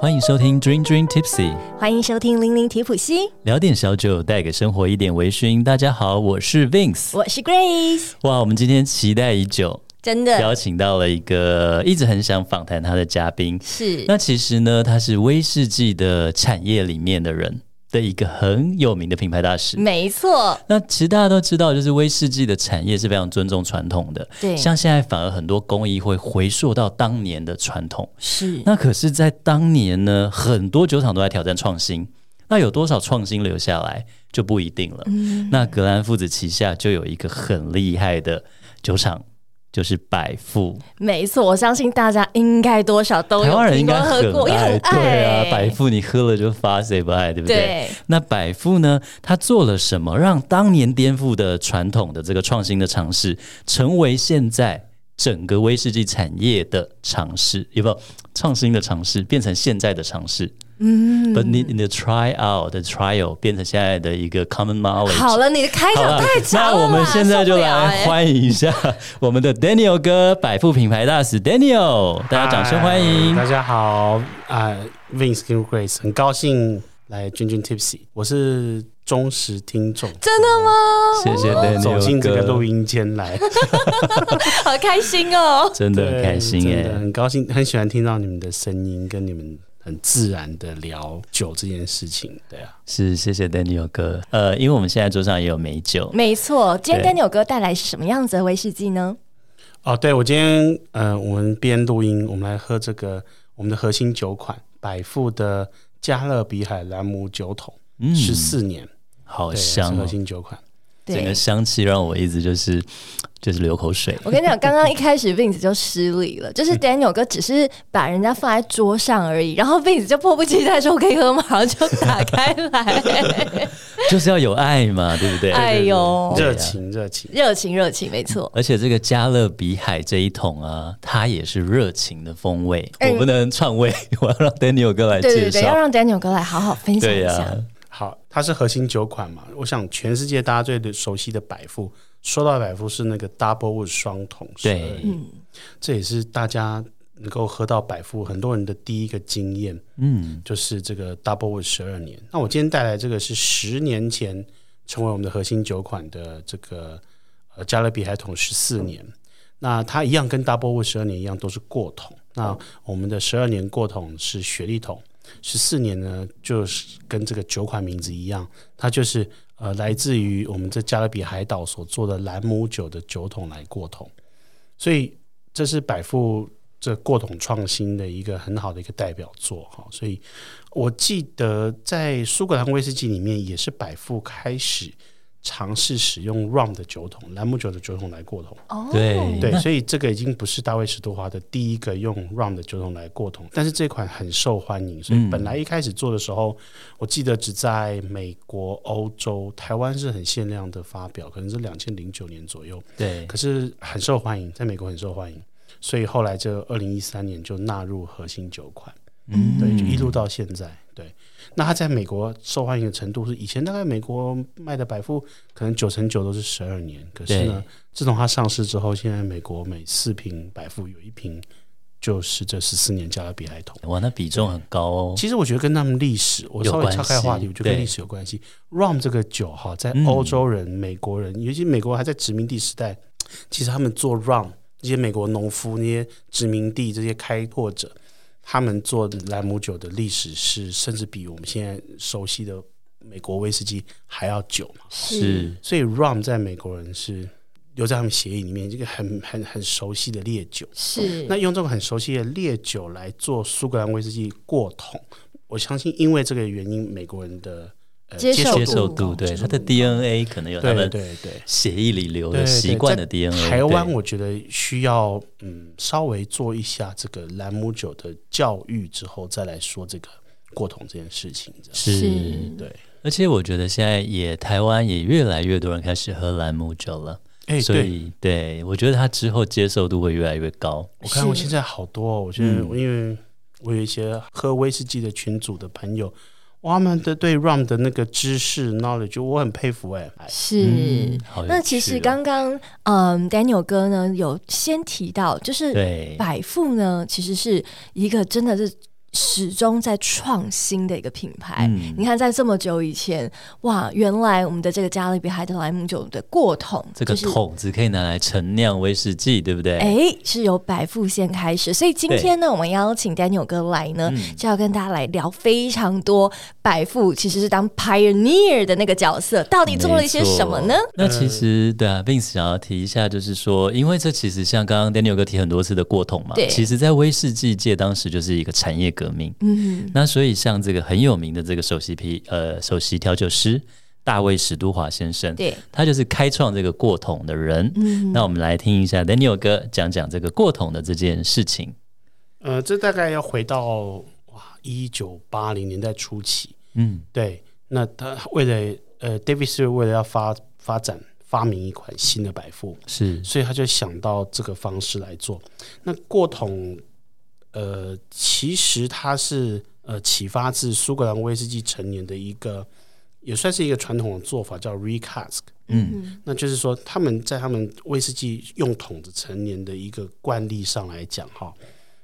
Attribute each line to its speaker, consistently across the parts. Speaker 1: 欢迎收听 Dream Dream Tipsy，
Speaker 2: 欢迎收听《零零提普西》，
Speaker 1: 聊点小酒，带给生活一点微醺。大家好，我是 Vince。
Speaker 2: 我是 Grace，
Speaker 1: 哇，我们今天期待已久，
Speaker 2: 真的
Speaker 1: 邀请到了一个一直很想访谈他的嘉宾。
Speaker 2: 是
Speaker 1: 那其实呢，他是威士忌的产业里面的人的一个很有名的品牌大使。
Speaker 2: 没错，
Speaker 1: 那其实大家都知道，就是威士忌的产业是非常尊重传统的。
Speaker 2: 对
Speaker 1: 像现在反而很多工艺会回溯到当年的传统。
Speaker 2: 是
Speaker 1: 那可是，在当年呢，很多酒厂都在挑战创新。那有多少创新留下来就不一定了。
Speaker 2: 嗯
Speaker 1: 那格兰父子旗下就有一个很厉害的酒厂，就是百富。
Speaker 2: 没错。我相信大家应该多少都
Speaker 1: 台
Speaker 2: 哦有
Speaker 1: 湾人
Speaker 2: 听
Speaker 1: 应
Speaker 2: 过
Speaker 1: 该
Speaker 2: 喝过，也
Speaker 1: 爱，
Speaker 2: 很
Speaker 1: 对啊
Speaker 2: 爱，
Speaker 1: 百富你喝了就发，谁不爱，对不对？
Speaker 2: 对
Speaker 1: 那百富呢，它做了什么，让当年颠覆的传统的这个创新的尝试，成为现在整个威士忌产业的尝试，有没有创新的尝试，变成现在的尝试？嗯，把你你的 try out 的 trial 变成现在的一个 common knowledge。
Speaker 2: 好了，你的开
Speaker 1: 好
Speaker 2: 场
Speaker 1: 了
Speaker 2: 太长
Speaker 1: 那
Speaker 2: 了啦，
Speaker 1: 我们现在就
Speaker 2: 受不了
Speaker 1: 来
Speaker 2: 欸
Speaker 1: 欢迎一下我们的 Daniel 哥，百富品牌大使 Daniel，大家掌声欢迎
Speaker 3: 嗨。大家好，啊、v i n c e 跟 Grace，很高兴来君君 Tipsy，我是忠实听众，
Speaker 2: 真的吗？
Speaker 1: 谢谢
Speaker 3: 走
Speaker 1: Daniel
Speaker 3: 进这个录
Speaker 1: 哥，
Speaker 3: 音间来，
Speaker 2: 好开心哦！
Speaker 1: 真的很开心
Speaker 3: 对
Speaker 1: 哎、
Speaker 3: 真的很高兴，很喜欢听到你们的声音，跟你们很自然的聊酒这件事情，对啊，
Speaker 1: 是谢谢 Daniel 哥。呃，因为我们现在桌上也有美酒，
Speaker 2: 没错，今天
Speaker 1: 对
Speaker 2: Daniel 哥带来是什么样子的威士忌呢？
Speaker 3: 哦，对，我今天呃，我们边录音，我们来喝这个我们的核心酒款百富的加勒比海兰姆酒桶，
Speaker 1: 嗯
Speaker 3: 十四年，
Speaker 1: 好
Speaker 3: 对，
Speaker 1: 香
Speaker 3: 是
Speaker 1: 哦
Speaker 3: 核，心酒款。
Speaker 1: 整个
Speaker 2: 对。
Speaker 1: 香气让我一直就是就是流口水。
Speaker 2: 我跟你讲，刚刚一开始 Vince 就失礼了，
Speaker 1: 嗯
Speaker 2: 就是 Daniel 哥只是把人家放在桌上而已，然后 Vince 就迫不及待说：“我可以喝吗？”然后就打开来。
Speaker 1: 就是要有爱嘛，对不对？啊
Speaker 2: 哎呦，
Speaker 3: 热情，热情。
Speaker 2: 热情，热情，没错。
Speaker 1: 而且这个加勒比海这一桶啊，它也是热情的风味。
Speaker 2: 嗯
Speaker 1: 我不能篡位，我要让 Daniel 哥来
Speaker 2: 对对
Speaker 1: 介
Speaker 2: 对，要
Speaker 1: 绍。
Speaker 2: 让 Daniel 哥来好好分享一
Speaker 1: 呀、
Speaker 2: 下。
Speaker 3: 好，它是核心酒款嘛？我想全世界大家最熟悉的百富，说到百富是那个 Double Wood 双桶12，
Speaker 1: 对
Speaker 2: 嗯，
Speaker 3: 这也是大家能够喝到百富很多人的第一个经验，
Speaker 1: 嗯，
Speaker 3: 就是这个 Double Wood 十二年。那我今天带来这个是十年前成为我们的核心酒款的这个呃加勒比海桶十四年。那它一样跟 Double Wood 十二年一样都是过桶。那我们的十二年过桶是雪莉桶，十四年呢就是跟这个酒款名字一样，它就是呃来自于我们这加勒比海岛所做的兰姆酒的酒桶来过桶，所以这是百富这过桶创新的一个很好的一个代表作哈。所以我记得在苏格兰威士忌里面也是百富开始尝试使用 rum 的酒桶、兰姆酒的酒桶来过桶。
Speaker 2: 哦，
Speaker 1: 对
Speaker 3: 对，所以这个已经不是大卫史都华的第一个用 rum 的酒桶来过桶，但是这款很受欢迎，所以本来一开始做的时候，我记得只在美国、欧洲、台湾是很限量的发表，可能是两千零九年左右，
Speaker 1: 对
Speaker 3: 可是很受欢迎，在美国很受欢迎，所以后来这二零一三年就纳入核心酒款，
Speaker 1: 嗯
Speaker 3: 对，就一路到现在，对。那它在美国受欢迎的程度是，以前大概美国卖的百富可能九成九都是十二年，可是呢
Speaker 1: 对，
Speaker 3: 自从它上市之后，现在美国每四瓶百富有一瓶就是这十四年加勒比海桶。
Speaker 1: 哇，那比重很高哦。
Speaker 3: 其实我觉得跟他们历史，我
Speaker 1: 有
Speaker 3: 稍微
Speaker 1: 关
Speaker 3: 岔开话
Speaker 1: 系
Speaker 3: 题，我觉得跟
Speaker 1: 对
Speaker 3: 历史有关系。Rum 这个酒哈，在
Speaker 1: 嗯
Speaker 3: 欧洲人、美国人，尤其美国还在殖民地时代，其实他们做 Rum，这些美国农夫、那些殖民地这些开拓者，他们做兰姆酒的历史是，甚至比我们现在熟悉的美国威士忌还要久嘛。
Speaker 1: 是
Speaker 3: 所以 Rum 在美国人是留在他们协议里面这个很很很熟悉的烈酒。
Speaker 2: 是
Speaker 3: 那用这种很熟悉的烈酒来做苏格兰威士忌过桶，我相信因为这个原因，美国人的、呃、
Speaker 2: 接受
Speaker 1: 接
Speaker 2: 度
Speaker 1: 受度，对它的 DNA 可能有他
Speaker 3: 对
Speaker 1: 们
Speaker 3: 对对
Speaker 1: 血液里流的
Speaker 3: 对
Speaker 1: 习惯的
Speaker 3: 在
Speaker 1: DNA。
Speaker 3: 台湾
Speaker 1: 对
Speaker 3: 我觉得需要嗯稍微做一下这个兰姆酒的教育之后，再来说这个过桶这件事情。这样
Speaker 1: 是
Speaker 3: 对，
Speaker 1: 而且我觉得现在也台湾也越来越多人开始喝兰姆酒了，
Speaker 3: 哎、
Speaker 1: 所
Speaker 3: 对，
Speaker 1: 以对我觉得它之后接受度会越来越高。
Speaker 3: 我看我现在好多、哦，我觉得我因为我有一些喝威士忌的群组的朋友。哇，他们的对 rum 的那个知识 knowledge，我很佩服哎、
Speaker 2: 是。
Speaker 1: 好有
Speaker 2: 那
Speaker 1: 趣
Speaker 2: 其实
Speaker 1: 哦
Speaker 2: 刚刚嗯，Daniel 哥呢有先提到，就是
Speaker 1: 对
Speaker 2: 百富呢其实是一个真的是始终在创新的一个品牌。
Speaker 1: 嗯
Speaker 2: 你看，在这么久以前，哇，原来我们的这个加勒比海德莱姆酒的过桶，
Speaker 1: 这个
Speaker 2: 就是
Speaker 1: 桶子可以拿来陈酿威士忌，对不对？
Speaker 2: 哎，是由白富线开始，所以今天呢，我们邀请 Daniel 哥来呢，
Speaker 1: 嗯
Speaker 2: 就要跟大家来聊非常多白富其实是当 pioneer 的那个角色，到底做了一些什么呢
Speaker 1: 没？错？那其
Speaker 3: 嗯
Speaker 1: 实对啊，Vince 想要提一下，就是说，因为这其实像刚刚 Daniel 哥提很多次的过桶嘛
Speaker 2: 对，
Speaker 1: 其实在威士忌界当时就是一个产业革命。嗯，那所以像这个很有名的这个首席啤呃首席调酒师大卫史都华先生，
Speaker 2: 对，
Speaker 1: 他就是开创这个过桶的人。嗯，那我们来听一下 Daniel 哥讲讲这个过桶的这件事情。
Speaker 3: 呃，这大概要回到哇一九八零年代初期，
Speaker 1: 嗯，
Speaker 3: 对，那他为了呃，David s i r 为了要发发展发明一款新的百富，
Speaker 1: 是
Speaker 3: 所以他就想到这个方式来做。那过桶，呃，其实它是呃启发自苏格兰威士忌陈年的一个，也算是一个传统的做法，叫 recask。
Speaker 2: 嗯，
Speaker 3: 那就是说，他们在他们威士忌用桶子陈年的一个惯例上来讲，哈，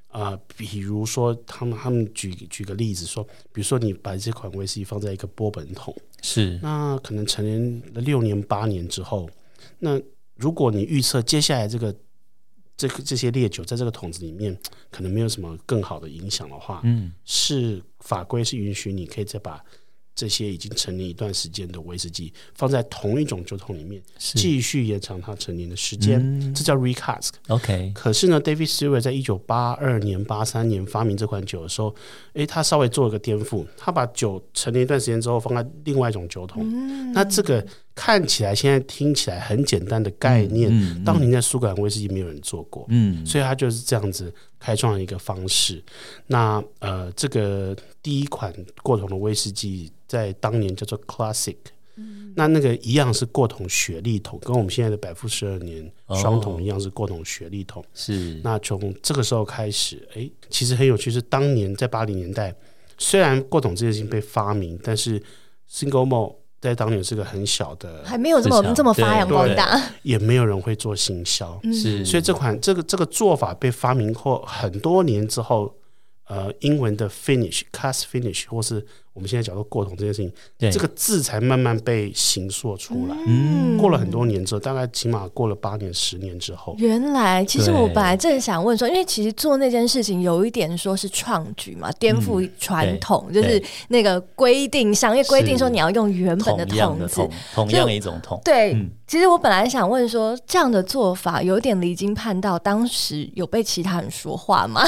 Speaker 3: 啊、比如说他们他们举举个例子说，比如说你把这款威士忌放在一个波本桶，
Speaker 1: 是，
Speaker 3: 那可能成年了六年八年之后，那如果你预测接下来这个这个这些烈酒在这个桶子里面可能没有什么更好的影响的话，
Speaker 1: 嗯，
Speaker 3: 是法规是允许你可以再把这些已经成年一段时间的威士忌放在同一种酒桶里面，
Speaker 1: 是
Speaker 3: 继续延长它成年的时间，
Speaker 1: 嗯
Speaker 3: 这叫 recask。
Speaker 1: OK，
Speaker 3: 可是呢，David Stewart 在一九八二年、八三年发明这款酒的时候，诶，他稍微做了个颠覆，他把酒陈年一段时间之后放在另外一种酒桶。
Speaker 1: 嗯
Speaker 2: 嗯
Speaker 3: 那这个看起来现在听起来很简单的概念，
Speaker 1: 嗯
Speaker 3: 当年在苏格兰威士忌没有人做过，
Speaker 1: 嗯，
Speaker 3: 所以他就是这样子开创了一个方式。那呃，这个第一款过桶的威士忌在当年叫做 Classic。那那个一样是过桶雪莉桶，跟我们现在的百富十二年
Speaker 1: 哦
Speaker 3: 双桶一样是过桶雪莉桶。
Speaker 1: 嗯是
Speaker 3: 那从这个时候开始，哎，其实很有趣，是当年在八零年代，虽然过桶这件事情被发明，但是 single malt 在当年是个很小的，
Speaker 2: 还没有这么
Speaker 1: 市场
Speaker 2: 这么发扬光大，嗯
Speaker 3: 也没有人会做行销，
Speaker 1: 是，
Speaker 3: 所以这款这个这个做法被发明后很多年之后，呃，英文的 finish、cast finish 或是我们现在讲到过桶这件事情，
Speaker 1: 对
Speaker 3: 这个字才慢慢被形塑出来。
Speaker 1: 嗯
Speaker 3: 过了很多年之后，大概起码过了八年、十年之后，
Speaker 2: 原来，其实我
Speaker 1: 对
Speaker 2: 本来正想问说，因为其实做那件事情有一点说是创举嘛，颠覆传统，
Speaker 1: 对
Speaker 2: 就是那个规定上，因为规定说
Speaker 1: 是
Speaker 2: 你要用原本
Speaker 1: 同样
Speaker 2: 桶
Speaker 1: 的
Speaker 2: 子
Speaker 1: 桶，，同样一种桶，
Speaker 2: 对，
Speaker 1: 嗯
Speaker 2: 其实我本来想问说，这样的做法有点离经叛道，当时有被其他人说话吗？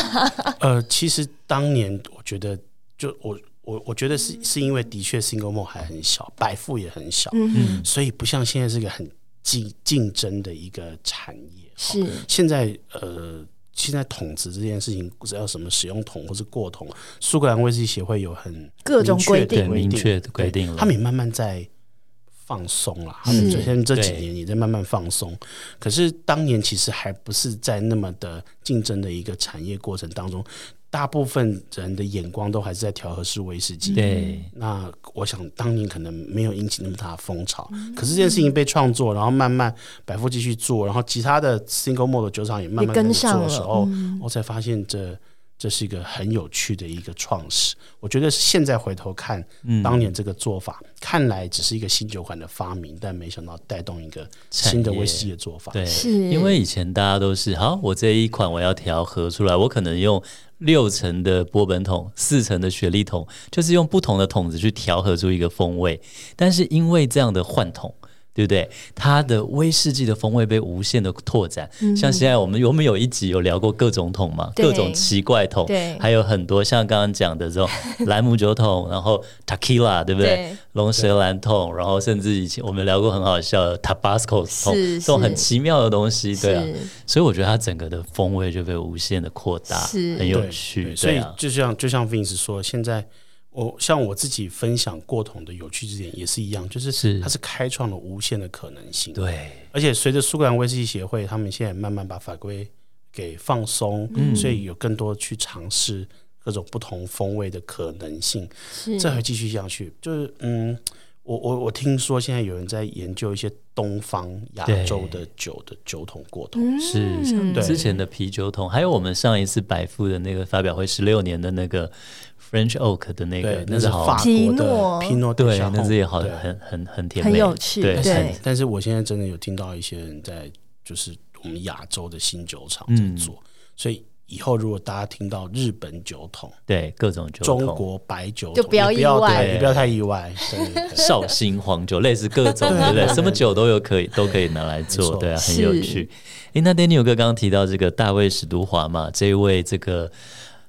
Speaker 3: 呃，其实当年我觉得，就我我我觉得是是因为的确 single malt 还很小，百富也很小，
Speaker 2: 嗯，
Speaker 3: 所以不像现在是一个很竞竞争的一个产业。
Speaker 2: 是
Speaker 3: 现在呃，现在桶子这件事情，不知道什么使用桶或是过桶，苏格兰威士忌协会有很
Speaker 2: 各种
Speaker 3: 明确
Speaker 2: 规
Speaker 3: 的
Speaker 2: 定
Speaker 1: 对，明确的规定了
Speaker 3: 他们也慢慢在放松了。他们
Speaker 2: 是
Speaker 3: 最近这几
Speaker 1: 对
Speaker 3: 年也在慢慢放松，可是当年其实还不是在那么的竞争的一个产业过程当中，大部分人的眼光都还是在调和式威士忌。
Speaker 1: 对，
Speaker 3: 那我想当年可能没有引起那么大的风潮，
Speaker 2: 嗯
Speaker 3: 可是这件事情被创作，然后慢慢百富继续做，然后其他的 single malt 酒厂也慢慢
Speaker 2: 也跟
Speaker 3: 开始做
Speaker 2: 上
Speaker 3: 的
Speaker 2: 了嗯
Speaker 3: 时候，我才发现这这是一个很有趣的一个创始。我觉得现在回头看
Speaker 1: 嗯
Speaker 3: 当年这个做法，看来只是一个新酒款的发明，但没想到带动一个
Speaker 1: 产
Speaker 3: 新的威
Speaker 1: 业
Speaker 3: 士忌的做法。
Speaker 1: 对，
Speaker 2: 是
Speaker 1: 因为以前大家都是好，我这一款我要调和出来，我可能用六层的波本桶、四层的雪莉桶，就是用不同的桶子去调和出一个风味。但是因为这样的换桶。对不对？它的威士忌的风味被无限的拓展，像现在我们我们有一集有聊过各种桶嘛，
Speaker 2: 嗯对
Speaker 1: 各种奇怪桶，
Speaker 2: 对
Speaker 1: 还有很多像刚刚讲的这种莱姆酒桶，然后 tequila，对不
Speaker 2: 对
Speaker 1: 对？龙舌兰桶，然后甚至以前我们聊过很好笑的 Tabasco 桶，
Speaker 2: 是
Speaker 1: 这种很
Speaker 2: 是
Speaker 1: 奇妙的东西，对啊
Speaker 2: 是，
Speaker 1: 所以我觉得它整个的风味就被无限的扩大，
Speaker 2: 是
Speaker 1: 很有
Speaker 3: 对
Speaker 1: 趣，
Speaker 3: 对所
Speaker 1: 对
Speaker 3: 以
Speaker 1: 啊，
Speaker 3: 就像就像 Vince 说，现在呃我像我自己分享过桶的有趣之点也是一样，就是
Speaker 1: 是
Speaker 3: 它是开创了无限的可能性。
Speaker 1: 对，
Speaker 3: 而且随着苏格兰威士忌协会，他们现在慢慢把法规给放松，
Speaker 1: 嗯
Speaker 3: 所以有更多去尝试各种不同风味的可能性。
Speaker 2: 是
Speaker 3: 这还继续下去，就是嗯，我我我我听说现在有人在研究一些东方亚洲的酒的酒桶过桶，
Speaker 2: 嗯
Speaker 1: 是像之前的啤酒桶，还有我们上一次百富的那个发表会，十六年的那个 French Oak 的那个
Speaker 3: 对，，
Speaker 1: 那
Speaker 3: 是
Speaker 1: 是好
Speaker 3: 法国
Speaker 2: 皮诺
Speaker 3: 的皮诺
Speaker 1: 对，
Speaker 3: 小
Speaker 1: 那是也好
Speaker 3: 对
Speaker 1: 很很很甜美，
Speaker 2: 很有趣，
Speaker 1: 对
Speaker 3: 但
Speaker 2: 对
Speaker 3: 是，但是我现在真的有听到一些人在，就是我们亚洲的新酒厂在
Speaker 1: 嗯
Speaker 3: 做，所以以后如果大家听到日本酒桶、
Speaker 1: 对各种酒
Speaker 3: 中
Speaker 1: 桶。
Speaker 3: 国白酒桶，
Speaker 2: 就不要
Speaker 3: 也不要
Speaker 2: 意外
Speaker 3: 太
Speaker 1: 对
Speaker 3: 也不要太意外，对对对
Speaker 1: 绍兴黄酒，类似各种，对不 对？什么酒都有可以都可以拿来
Speaker 3: 没
Speaker 1: 做，
Speaker 3: 错
Speaker 1: 对啊，很
Speaker 2: 是
Speaker 1: 有趣。诶，那 Daniel 哥刚刚提到这个大卫史都华嘛，这一位这个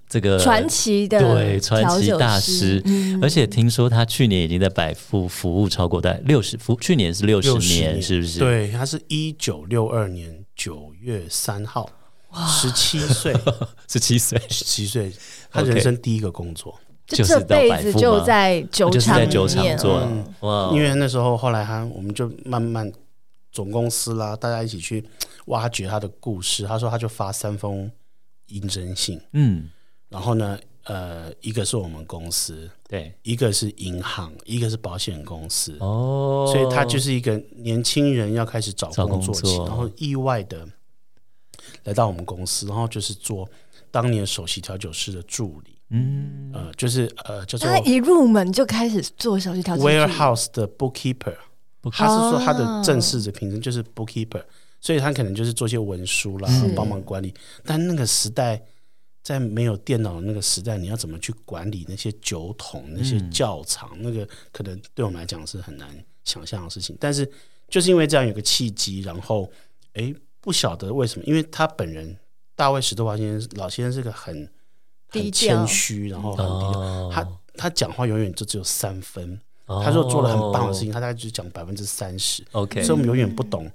Speaker 1: 这个
Speaker 2: 传奇的
Speaker 1: 对传
Speaker 2: 调
Speaker 1: 奇
Speaker 2: 酒嗯
Speaker 1: 大师，而且听说他去年已经在百富服务超过大概六十，服去年是 六十
Speaker 3: 60
Speaker 1: 年，是不是？
Speaker 3: 对，他是一九六二年九月三号，十七 岁，
Speaker 1: 十七岁，
Speaker 3: 十七岁，他
Speaker 1: OK
Speaker 3: 人生第一个工作，
Speaker 2: 就
Speaker 1: 就是
Speaker 2: 这
Speaker 1: 到
Speaker 2: 辈
Speaker 1: 百
Speaker 2: 子
Speaker 1: 富
Speaker 2: 就
Speaker 1: 吗
Speaker 2: 在酒
Speaker 1: 就是
Speaker 2: 厂
Speaker 1: 在
Speaker 2: 里
Speaker 1: 酒厂
Speaker 2: 面
Speaker 1: 做
Speaker 2: 了
Speaker 1: 的
Speaker 3: 嗯，
Speaker 1: 哇，哦
Speaker 3: 因为那时候后来他我们就慢慢总公司啦，大家一起去挖掘他的故事。他说他就发三封应征信，
Speaker 1: 嗯，
Speaker 3: 然后呢，呃，一个是我们公司，
Speaker 1: 对，
Speaker 3: 一个是银行，一个是保险公司，
Speaker 1: 哦，
Speaker 3: 所以他就是一个年轻人要开始找
Speaker 1: 找
Speaker 3: 工
Speaker 1: 工
Speaker 3: 作起，
Speaker 1: 作
Speaker 3: 然后意外的来到我们公司，然后就是做当年首席调酒师的助理，
Speaker 1: 嗯，
Speaker 3: 呃，就是呃叫做
Speaker 2: 他一入门就开始做小酒调酒师，
Speaker 3: warehouse 的 bookkeeper，他是说他的正式的名称就是 bookkeeper，所以他可能就是做些文书啦
Speaker 2: 是，
Speaker 3: 帮忙管理。但那个时代，在没有电脑的那个时代，你要怎么去管理那些酒桶、那些窖藏，那个可能对我们来讲是很难想象的事情。但是就是因为这样有个契机，然后诶，不晓得为什么，因为他本人大卫史多华先生老先生是个很
Speaker 2: 低
Speaker 3: 很
Speaker 2: 调
Speaker 3: 谦虚，然后很低调，
Speaker 1: 哦，
Speaker 3: 他他讲话永远就只有三分。
Speaker 1: 哦
Speaker 3: 他说做了很棒的事情，他大概就讲百分之三十，
Speaker 1: ，OK，
Speaker 3: 所以我们永远不懂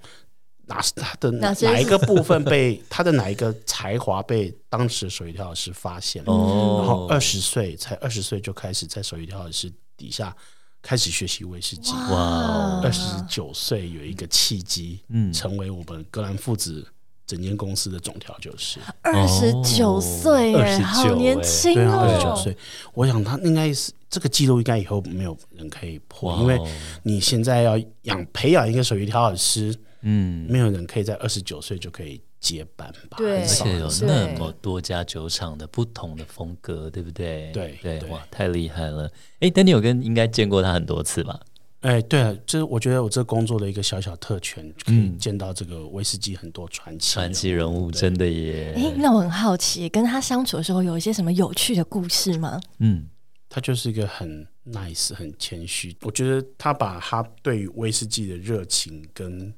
Speaker 3: 哪是他的
Speaker 2: 哪
Speaker 3: 哪
Speaker 2: 些是
Speaker 3: 哪一个部分被 他的哪一个才华被当时的手语调老师发现，然
Speaker 1: 哦，
Speaker 3: 后二十岁才二十岁就开始在手语调老师底下开始学习威士忌，
Speaker 1: 哇
Speaker 2: 啊
Speaker 1: 哦
Speaker 3: 二十九岁有一个契机，
Speaker 1: 嗯
Speaker 3: 成为我们格兰父子整间公司的总调酒师。
Speaker 2: 二十
Speaker 1: 哦
Speaker 2: 九岁耶，
Speaker 1: 29
Speaker 2: 好
Speaker 1: 哎
Speaker 2: 年轻
Speaker 3: 对啊，
Speaker 2: 哦，
Speaker 3: 二十九岁，我想他应该是这个记录，应该以后没有人可以破，
Speaker 1: 哇
Speaker 3: 呃因为
Speaker 1: 哦
Speaker 3: 你现在要养培养一个手艺调酒师，
Speaker 1: 嗯，
Speaker 3: 没有人可以在二十九岁就可以接班吧？
Speaker 2: 对
Speaker 3: 很
Speaker 1: 而
Speaker 3: 少
Speaker 1: 且有
Speaker 3: 很少
Speaker 2: 对
Speaker 1: 那么多家酒厂的不同的风格，对不对？
Speaker 3: 对
Speaker 1: 对，
Speaker 3: 对
Speaker 1: 哇，太厉害了！哎，Daniel 跟应该见过他很多次吧？
Speaker 3: 哎，对了，这是我觉得我这工作的一个小小特权，可以见到这个威士忌很多传奇。
Speaker 1: 传奇人物，真的耶，
Speaker 2: 哎，那我很好奇，跟他相处的时候有一些什么有趣的故事吗？
Speaker 1: 嗯，
Speaker 3: 他就是一个很 nice、很谦虚。我觉得他把他对于威士忌的热情跟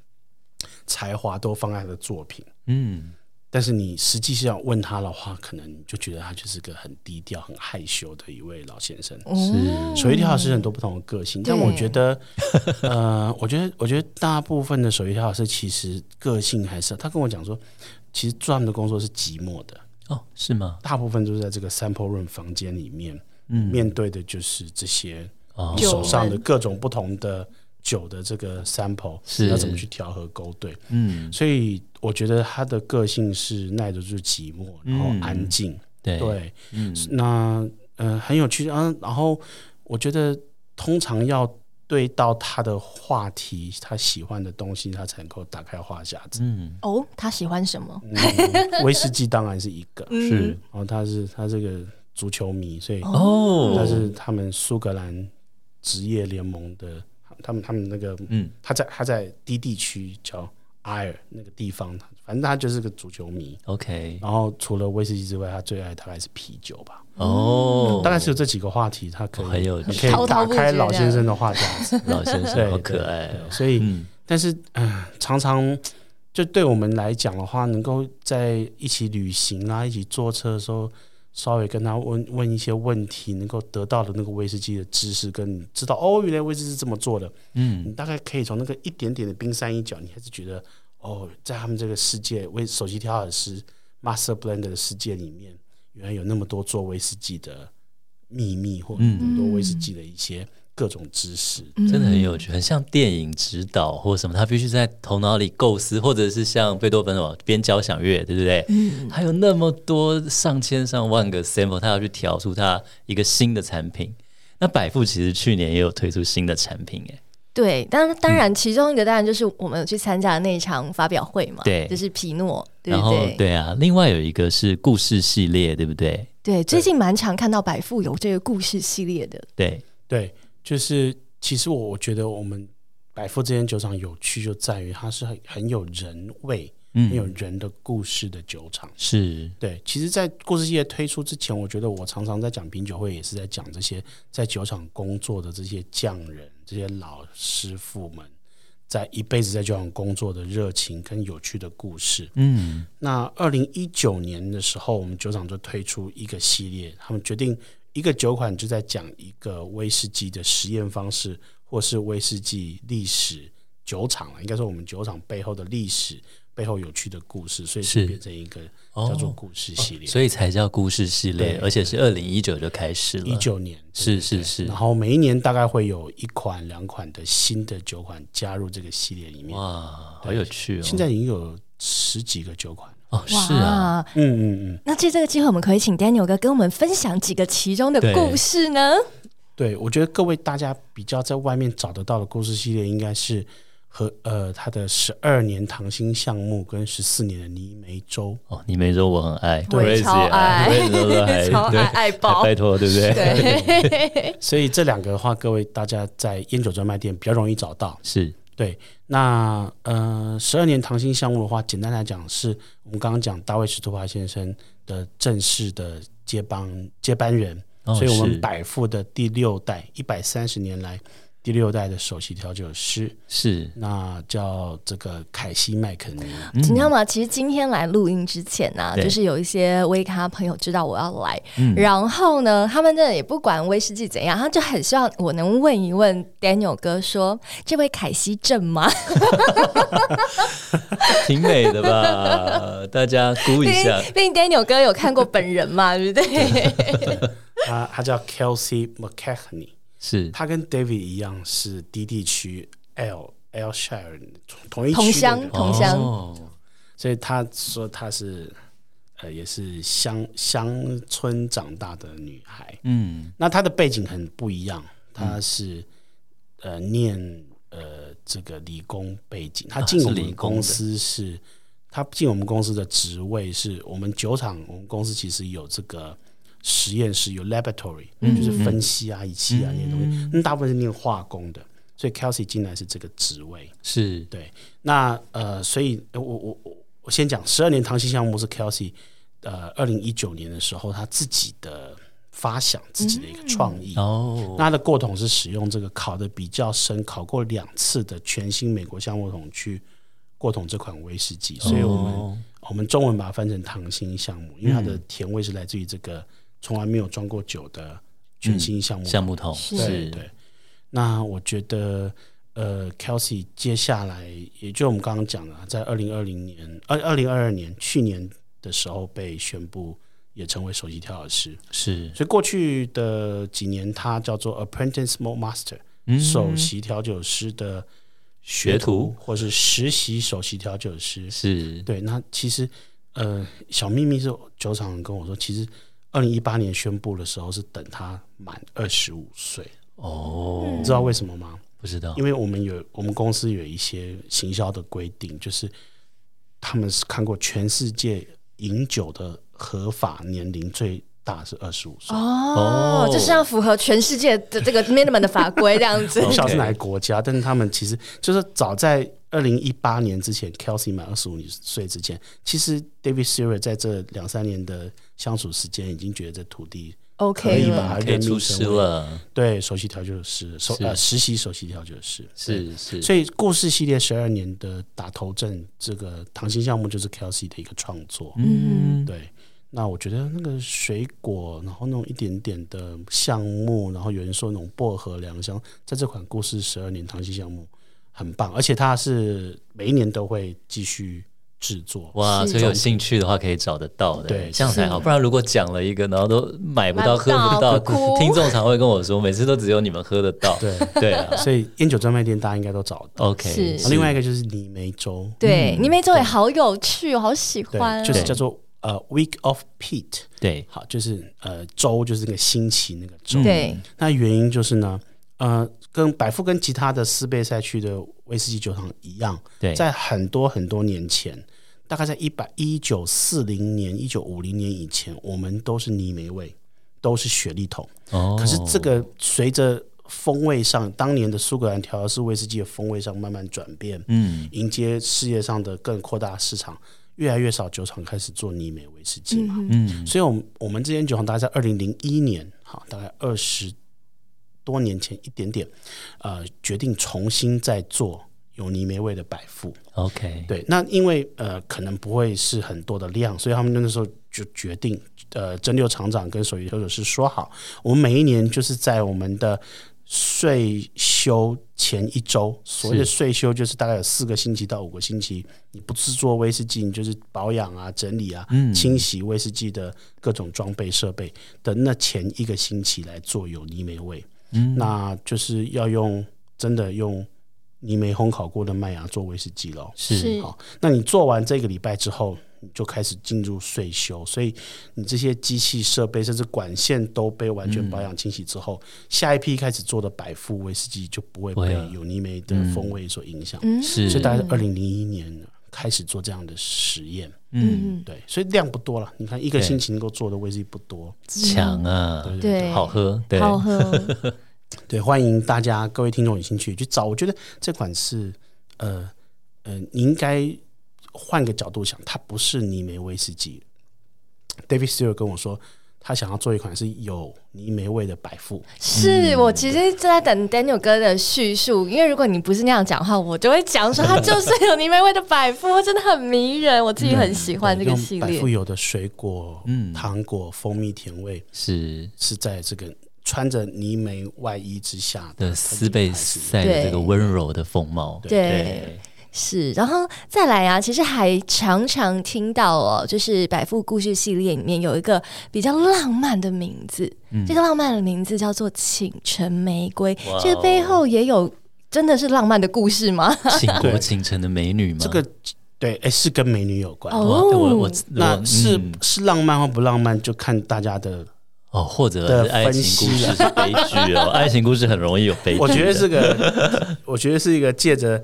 Speaker 3: 才华都放在他的作品。
Speaker 1: 嗯，
Speaker 3: 但是你实际上问他的话，可能就觉得他就是个很低调、很害羞的一位老先生。
Speaker 2: 嗯，
Speaker 3: 手艺调老师很多不同的个性，但
Speaker 2: 对
Speaker 3: 我觉得，呃， 我觉得，我觉得大部分的手艺调老师其实个性还是，他跟我讲说，其实做他们的工作是寂寞的，
Speaker 1: 哦，是吗？
Speaker 3: 大部分都是在这个 sample room 房间里面，
Speaker 1: 嗯
Speaker 3: 面对的就是这些
Speaker 1: 哦
Speaker 3: 你
Speaker 2: 酒
Speaker 3: 手上的
Speaker 2: 们
Speaker 3: 各种不同的酒的这个 sample，
Speaker 1: 是
Speaker 3: 要怎么去调和勾兑，
Speaker 1: 嗯，
Speaker 3: 所以我觉得他的个性是耐得住寂寞，然后安静，
Speaker 1: 对，
Speaker 3: 对，
Speaker 1: 嗯，
Speaker 3: 那呃很有趣，然、后然后我觉得通常要对到他的话题，他喜欢的东西，他才能够打开话匣 子。
Speaker 1: 嗯，
Speaker 2: 哦，他喜欢什么？
Speaker 3: 嗯威士忌当然是一个，
Speaker 2: 嗯
Speaker 1: 是
Speaker 3: 然后他是他这个足球迷，所以
Speaker 1: 嗯哦，
Speaker 3: 他是他们苏格兰职业联盟的，他们他们那个
Speaker 1: 嗯，
Speaker 3: 他在他在低地区叫埃尔那个地方，反正他就是个足球迷。
Speaker 1: OK，
Speaker 3: 然后除了威士忌之外，他最爱大概是啤酒吧。
Speaker 1: 哦，
Speaker 3: 大概是有这几个话题，他可
Speaker 1: 很
Speaker 3: 以
Speaker 1: 有趣
Speaker 3: 可以
Speaker 2: 滔滔
Speaker 3: 打
Speaker 2: 不
Speaker 3: 开
Speaker 2: 绝
Speaker 3: 老
Speaker 2: 这
Speaker 3: 先
Speaker 2: 样
Speaker 3: 生的 话匣子，
Speaker 1: 老先生
Speaker 3: 对
Speaker 1: 好可爱
Speaker 3: 对
Speaker 1: 哦，
Speaker 3: 所以，
Speaker 1: 嗯，
Speaker 3: 但是嗯，常常就对我们来讲的话，能够在一起旅行啊，一起坐车的时候，稍微跟他问问一些问题，能够得到的那个威士忌的知识，跟你知道哦，原来威士忌是这么做的，
Speaker 1: 嗯，
Speaker 3: 你大概可以从那个一点点的冰山一角，你还是觉得哦，在他们这个世界为首席调酒师 Master Blender 的世界里面，原来有那么多做威士忌的秘密，或
Speaker 1: 嗯
Speaker 3: 那么多威士忌的一些各种知识。
Speaker 2: 嗯
Speaker 1: 真的很有趣，很像电影指导或什么，他必须在头脑里构思，或者是像贝多芬哦，边交响乐，对不对？
Speaker 2: 嗯
Speaker 1: 还有那么多上千上万个 sample，他要去调出他一个新的产品。那百富其实去年也有推出新的产品，哎，
Speaker 2: 对，当当
Speaker 1: 嗯
Speaker 2: 然，其中一个当然就是我们有去参加的那一场发表会嘛，
Speaker 1: 对
Speaker 2: 就是皮诺，对
Speaker 1: 然
Speaker 2: 不
Speaker 1: 后
Speaker 2: 对？
Speaker 1: 对啊，另外有一个是故事系列，对不对？
Speaker 2: 对最近蛮常看到百富有这个故事系列的，
Speaker 1: 对，
Speaker 3: 对，就是其实我我觉得我们百富这间酒厂有趣就在于它是很很有人味、很有
Speaker 1: 嗯，
Speaker 3: 人的故事的酒厂。
Speaker 1: 是，
Speaker 3: 对，其实，在故事系列推出之前，我觉得我常常在讲品酒会，也是在讲这些在酒厂工作的这些匠人、这些老师傅们，在一辈子在酒厂工作的热情跟有趣的故事。
Speaker 1: 嗯，
Speaker 3: 那二零一九年的时候，我们酒厂就推出一个系列，他们决定一个酒款就在讲一个威士忌的实验方式，或是威士忌历史酒厂了，应该说我们酒厂背后的历史背后有趣的故事，所以
Speaker 1: 是
Speaker 3: 就变成一个叫做
Speaker 1: 哦
Speaker 3: 故事系列。
Speaker 1: 所以才叫故事系列
Speaker 3: 对，
Speaker 1: 而且是二零一九就开始了，
Speaker 3: 一九年
Speaker 1: 是
Speaker 3: 对对对
Speaker 1: 是是
Speaker 3: 然后每一年大概会有一款两款的新的酒款加入这个系列里面，
Speaker 1: 哇，好
Speaker 3: 对
Speaker 1: 有趣哦！
Speaker 3: 现在已经有十几个酒款了。
Speaker 1: 哦，是啊，
Speaker 2: 哇。
Speaker 3: 嗯嗯嗯。
Speaker 2: 那借这个机会，我们可以请 Daniel 哥跟我们分享几个其中的
Speaker 1: 对
Speaker 2: 故事呢？
Speaker 3: 对，我觉得各位大家比较在外面找得到的故事系列，应该是和呃它的十二年糖心项目跟十四年的泥煤粥。
Speaker 1: 哦，你没说我很爱，
Speaker 2: 我也
Speaker 1: Grace
Speaker 2: 超
Speaker 1: 也
Speaker 2: 爱
Speaker 1: Grace 都 说还
Speaker 2: 超爱
Speaker 1: 哎对
Speaker 2: 爱包
Speaker 1: 还拜 托，对不对？
Speaker 2: 对，
Speaker 3: 所以这两个的话，各位大家在烟酒专卖店比较容易找到。
Speaker 1: 是，
Speaker 3: 那呃，十二年糖心项目的话，简单来讲是我们刚刚讲大卫史图华先生的正式的接帮接班人，
Speaker 1: 哦
Speaker 3: 所以我们
Speaker 1: 是
Speaker 3: 百富的第六代，一百三十年来第六代的首席调酒师，
Speaker 1: 是，
Speaker 3: 那叫这个凯西麦肯尼。
Speaker 1: 嗯
Speaker 2: 你知道吗？其实今天来录音之前呢、
Speaker 1: 对
Speaker 2: 就是有一些威咖朋友知道我要来，
Speaker 1: 嗯
Speaker 2: 然后呢，他们真的也不管威士忌怎样，他就很希望我能问一问 Daniel 哥说，这位凯西正吗？
Speaker 1: 挺美的 吧？大家估一
Speaker 2: 毕
Speaker 1: 下，
Speaker 2: 竟毕竟 Daniel 哥有看过本人嘛，对 不对？
Speaker 3: 他他叫 Kelsey McCahney，
Speaker 1: 是
Speaker 3: 他跟 David 一样是低地区 L L Shire 同一区的
Speaker 2: 同乡
Speaker 3: 人
Speaker 2: 同乡
Speaker 1: 哦
Speaker 3: 所以他说他是呃也是乡乡村长大的女孩。
Speaker 1: 嗯，
Speaker 3: 那她的背景很不一样，她是、呃念呃这个理工背景，她进
Speaker 1: 啊是
Speaker 3: 我
Speaker 1: 理
Speaker 3: 们
Speaker 1: 工的
Speaker 3: 公司是。她进我们公司的职位是我们酒厂，我们公司其实有这个实验室，有 laboratory，、就是
Speaker 1: 嗯
Speaker 3: 分析啊、仪器啊那些东西。那大部分是念化工的，所以 Kelsey 进来是这个职位。
Speaker 1: 是
Speaker 3: 对，那呃，所以呃我我我我先讲，十二年糖心项目是 Kelsey，呃，二零一九年的时候他自己的发想，自己的一个创意。
Speaker 1: 哦，
Speaker 3: 那他的过桶是使用这个烤的比较深，烤过两次的全新美国橡木桶去过桶这款威士忌，所以我们、
Speaker 1: 哦嗯
Speaker 3: 我们中文把它翻成糖心项目，因为它的甜味是来自于这个从来没有装过酒的全新橡木桶
Speaker 1: 橡木桶
Speaker 2: 是
Speaker 3: 对对。那我觉得，呃，Kelsey 接下来，也就我们刚刚讲了，在二零二零年，呃二二零二二年去年的时候被宣布也成为首席调酒师。
Speaker 1: 是
Speaker 3: 所以过去的几年，他叫做 Apprentice Malt Master，、
Speaker 1: 嗯
Speaker 3: 首席调酒师的
Speaker 1: 学徒
Speaker 3: 或是实习首席调酒师。
Speaker 1: 是
Speaker 3: 对，那其实呃，小秘密是酒厂人跟我说，其实二零一八年宣布的时候是等他满二十五岁。
Speaker 1: 哦
Speaker 3: 你，知道为什么吗？
Speaker 1: 不知道
Speaker 3: 因为我们有我们公司有一些行销的规定，就是他们是看过全世界饮酒的合法年龄最大是二十五岁。
Speaker 2: 哦，
Speaker 1: 哦
Speaker 2: 就是要符合全世界的这个 minimum 的法规这样子
Speaker 3: 我。不晓得
Speaker 1: OK
Speaker 3: 是哪个国家，但是他们其实就是早在二零一八年之前，Kelsey 满二十五岁之前，其实 David s e r i 在这两三年的相处时间，已经觉得这土地可
Speaker 2: OK
Speaker 3: 以
Speaker 2: 了，
Speaker 3: 把它
Speaker 1: 嗯可以
Speaker 3: 任
Speaker 1: 出
Speaker 3: 命
Speaker 1: 师
Speaker 3: 成为
Speaker 1: 了，
Speaker 3: 对首席调酒师，首
Speaker 1: 是
Speaker 3: 呃实习首席调酒师对
Speaker 1: 是是，
Speaker 3: 所以故事系列十二年的打头阵，这个糖心项目就是 Kelsey 的一个创作。
Speaker 1: 嗯，
Speaker 3: 对，那我觉得那个水果，然后那种一点点的橡木，然后有人说那种薄荷良香，在这款故事十二年糖心项目很棒，而且它是每一年都会继续制作。
Speaker 1: 哇，
Speaker 2: 是
Speaker 1: 所以有兴趣的话可以找得到的，
Speaker 3: 对
Speaker 1: 这样才好。
Speaker 2: 是
Speaker 1: 不然如果讲了一个，然后都买不到、
Speaker 2: 买不
Speaker 1: 喝
Speaker 2: 到
Speaker 1: 不到
Speaker 2: 会哭，
Speaker 1: 听众常会跟我说，每次都只有你们喝得到。
Speaker 3: 对，
Speaker 1: 对 啊
Speaker 3: 所以烟酒专卖店大家应该都找到。
Speaker 1: ，OK
Speaker 2: 是
Speaker 1: 是。
Speaker 3: 另外一个就是泥煤粥，
Speaker 1: 嗯
Speaker 2: 对，泥煤粥也好有趣，哦，好喜
Speaker 3: 对，
Speaker 2: 欢哦。
Speaker 3: 就是叫做呃 Week of Pete，
Speaker 1: 对，
Speaker 3: 好，就是呃周就是那个星期那个周。
Speaker 2: 对，
Speaker 3: 那原因就是呢，呃，跟百富跟其他的四倍赛区的威士忌酒厂一样，
Speaker 1: 对
Speaker 3: 在很多很多年前，大概在一百一九四零年、一九五零年以前，我们都是泥煤味，都是雪莉桶。
Speaker 1: 哦
Speaker 3: 可是这个随着风味上，当年的苏格兰调和式威士忌的风味上慢慢转变，
Speaker 1: 嗯，
Speaker 3: 迎接世界上的更扩大市场，越来越少酒厂开始做泥煤威士忌嘛。
Speaker 1: 嗯
Speaker 3: 所以，我们我们这间酒厂大概在二零零一年，哈，大概二十多年前一点点，呃，决定重新再做有泥煤味的百富。
Speaker 1: ，OK，
Speaker 3: 对，那因为呃，可能不会是很多的量，所以他们那个时候就决定，呃，蒸馏厂长跟首席调酒师说好，我们每一年就是在我们的税休前一周，所谓的税休就是大概有四个星期到五个星期，你不制作威士忌，你就是保养啊、整理啊、
Speaker 1: 嗯
Speaker 3: 清洗威士忌的各种装备设备的那前一个星期来做有泥煤味，
Speaker 1: 嗯
Speaker 3: 那就是要用真的用泥煤烘烤过的麦芽做威士忌喽。
Speaker 1: 是
Speaker 2: 是
Speaker 3: 好，那你做完这个礼拜之后，你就开始进入税修，所以你这些机器设备甚至管线都被完全保养清洗之后，下一批开始做的百富威士忌就不会
Speaker 1: 不会
Speaker 3: 被
Speaker 1: 啊
Speaker 3: 有尼梅的风味所影响。
Speaker 2: 嗯，
Speaker 1: 是
Speaker 3: 所以大概是二零零一年开始做这样的实验，
Speaker 1: 嗯，
Speaker 2: 嗯，
Speaker 3: 对，所以量不多了。你看一个
Speaker 1: 对
Speaker 3: 星期能够做的威士忌不多，
Speaker 1: 强啊，
Speaker 3: 对
Speaker 2: 对，
Speaker 1: 好喝，对，
Speaker 2: 好喝，哦
Speaker 3: 对，欢迎大家各位听众有兴趣去找。我觉得这款是，呃呃，你应该换个角度想，它不是泥煤威士忌。David Stewart 跟我说，他想要做一款是有泥煤味的百富。
Speaker 2: 是我其实正在等 Daniel 哥的叙述，因为如果你不是那样讲话，我就会讲说它就是有泥煤味的百富，真的很迷人，我自己很喜欢这个
Speaker 3: 用
Speaker 2: 系
Speaker 3: 百
Speaker 2: 列
Speaker 3: 富。有的水果、
Speaker 1: 嗯
Speaker 3: 糖果、蜂蜜甜味
Speaker 1: 是
Speaker 3: 是在这个穿着泥煤外衣之下
Speaker 1: 的斯
Speaker 3: 斯
Speaker 1: 贝
Speaker 3: 贝
Speaker 1: 塞的这个温柔的风貌，
Speaker 2: 对，是，然后再来啊，其实还常常听到哦，就是百富故事系列里面有一个比较浪漫的名字，这个浪漫的名字叫做《倾城玫瑰》，
Speaker 1: 嗯哇
Speaker 2: 这
Speaker 1: 哦
Speaker 2: 背后也有真的是浪漫的故事吗？
Speaker 1: 倾国
Speaker 3: 对
Speaker 1: 倾城的美女嘛，
Speaker 3: 这个对，哎，是跟美女有关。
Speaker 2: 哦
Speaker 1: 我我我
Speaker 3: 那
Speaker 1: 我
Speaker 3: 是、
Speaker 1: 嗯
Speaker 3: 是浪漫或不浪漫，就看大家的
Speaker 1: 哦，或者
Speaker 3: 的
Speaker 1: 是爱
Speaker 3: 分
Speaker 1: 情故
Speaker 3: 析
Speaker 1: 事
Speaker 3: 了
Speaker 1: 是悲剧哦，爱情故事很容易有悲剧的。
Speaker 3: 我觉得这个， 我觉得是一个借着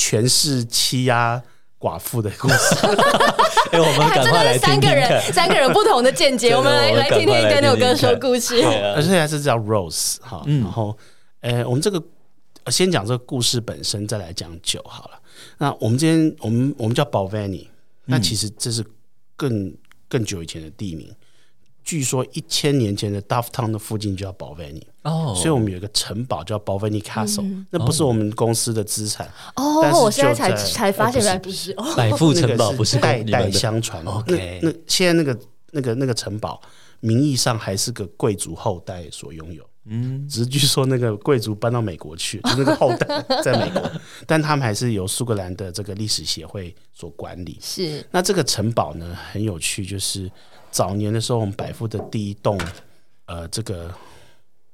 Speaker 3: 权势欺压寡妇的故事。
Speaker 1: 哎，我们
Speaker 2: 还
Speaker 1: 赶
Speaker 2: 真
Speaker 1: 快
Speaker 2: 的
Speaker 1: 来
Speaker 2: 是
Speaker 1: 听
Speaker 2: 三
Speaker 1: 听
Speaker 2: 个人
Speaker 1: 看，
Speaker 2: 三个人不同的见
Speaker 1: 真
Speaker 2: 解，
Speaker 1: 的
Speaker 2: 我们来
Speaker 1: 我们
Speaker 2: 来听听
Speaker 1: 赶快来
Speaker 2: Daniel
Speaker 1: 听听
Speaker 2: 哥说
Speaker 1: 看
Speaker 2: 故事。
Speaker 1: 啊
Speaker 3: 而且还是叫 Rose 哈。然后，呃，我们这个呃先讲这个故事本身，再来讲酒好了。那我们今天我们我们叫 b a l v a n i 那其实这是更更久以前的地名。据说一千年前的 Duff Town 的附近就叫 b a l v a n i
Speaker 1: 哦，
Speaker 3: 所以我们有一个城堡叫 b a l v a n i Castle，那不是我们公司的资产，但
Speaker 2: 哦
Speaker 3: 是，就
Speaker 2: 我现在才
Speaker 3: 在
Speaker 2: 才发现
Speaker 3: 呃
Speaker 2: 原来不是哦，
Speaker 1: 百富城堡不是
Speaker 3: 代
Speaker 1: 你们
Speaker 3: 代
Speaker 1: 的
Speaker 3: 相传。
Speaker 1: OK
Speaker 3: 那那现在那个那个那个城堡，名义上还是个贵族后代所拥有。嗯，只是据说那个贵族搬到美国去，就那个后代在美国， 但他们还是由苏格兰的这个历史协会所管理。
Speaker 2: 是
Speaker 3: 那这个城堡呢，很有趣，就是早年的时候，我们百富的第一栋，呃，这个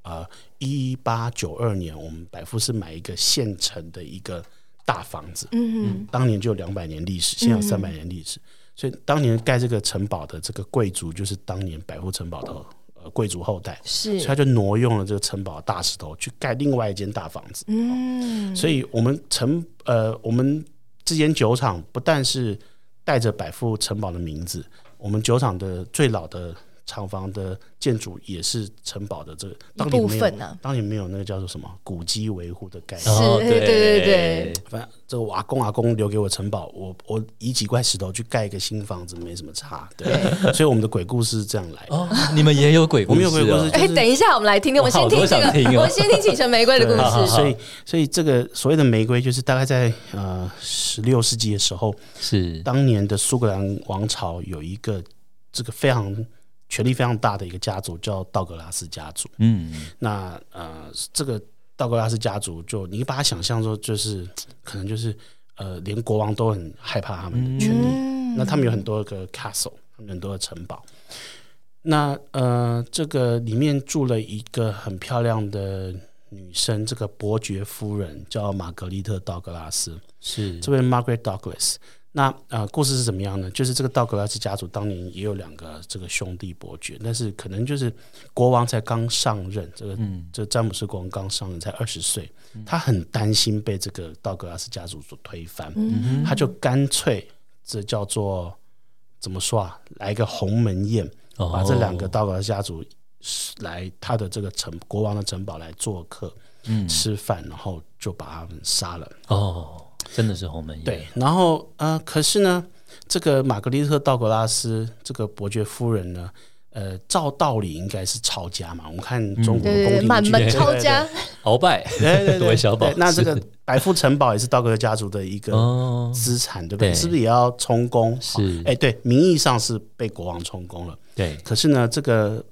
Speaker 3: 呃，一八九二年，我们百富是买一个现成的一个大房子，
Speaker 2: 嗯
Speaker 3: 当年就有两百年历史，现在有三百年历史，所以当年盖这个城堡的这个贵族，就是当年百富城堡的呃贵族后代，所以
Speaker 2: 是
Speaker 3: 他就挪用了这个城堡的大石头去盖另外一间大房子。
Speaker 2: 嗯
Speaker 3: 所以我们城呃，我们这间酒厂不但是带着百富城堡的名字，我们酒厂的最老的厂房的建筑也是城堡的这个
Speaker 2: 一
Speaker 3: 当年
Speaker 2: 部
Speaker 3: 没有
Speaker 2: 分，啊呢
Speaker 3: 当年没有那个叫做什么古迹维护的概念。
Speaker 1: 哦
Speaker 2: 是对对对
Speaker 3: 反正这个我阿公阿公留给我城堡，我我移几块石头去盖一个新房子，没什么差。对，所以我们的鬼故事是这样来的。
Speaker 1: 哦，你们也有鬼故
Speaker 3: 我
Speaker 1: 事
Speaker 3: 们
Speaker 1: 哦，
Speaker 3: 有鬼故事，
Speaker 2: 哎，
Speaker 3: 就是
Speaker 2: 等一下，我们来听听，
Speaker 1: 我
Speaker 2: 我先
Speaker 1: 好
Speaker 2: 听
Speaker 1: 多
Speaker 2: 这
Speaker 1: 想听
Speaker 2: 个，
Speaker 1: 哦
Speaker 2: 我先听《倾城玫瑰》的故
Speaker 3: 对
Speaker 1: 好
Speaker 2: 事。
Speaker 1: 好
Speaker 3: 所以所以这个所谓的玫瑰，就是大概在呃十六世纪的时候，
Speaker 1: 是
Speaker 3: 当年的苏格兰王朝有一个这个非常权力非常大的一个家族，叫道格拉斯家族。
Speaker 1: 嗯
Speaker 3: 那呃，这个道格拉斯家族就你把它想象说，就是可能就是呃，连国王都很害怕他们的权力。
Speaker 2: 嗯
Speaker 3: 那他们有很多个 castle，他们很多的城堡。那呃，这个里面住了一个很漂亮的女生，这个伯爵夫人叫玛格丽特·道格拉斯。
Speaker 1: 是
Speaker 3: 这位 Margaret Douglas。那呃，故事是怎么样呢？就是这个道格拉斯家族当年也有两个这个兄弟伯爵，但是可能就是国王才刚上任，这个、这詹姆斯国王刚上任才二十岁，他很担心被这个道格拉斯家族所推翻，他就干脆这叫做怎么说啊？来一个鸿门宴，
Speaker 1: 哦
Speaker 3: 把这两个道格拉斯家族来他的这个城国王的城堡来做客，
Speaker 1: 嗯
Speaker 3: 吃饭，然后就把他们杀了。
Speaker 1: 哦，真的是鸿门宴，
Speaker 3: 对，然后呃，可是呢，这个玛格丽特·道格拉斯这个伯爵夫人呢，呃，照道理应该是抄家嘛。我们看中国的
Speaker 2: 对对
Speaker 3: 宫廷
Speaker 2: 对，
Speaker 3: 剧
Speaker 2: 满门
Speaker 3: 对
Speaker 2: 抄家，
Speaker 1: 鳌拜
Speaker 3: 对 对对
Speaker 1: 韦小宝
Speaker 3: 对那这个
Speaker 1: 是
Speaker 3: 白富城堡也是道格家族的一个
Speaker 1: 哦，
Speaker 3: 资产，对不对？
Speaker 1: 对
Speaker 3: 是不是也要充公？
Speaker 1: 是
Speaker 3: 哎，对，名义上是被国王充公了，
Speaker 1: 对，
Speaker 3: 可是呢，这个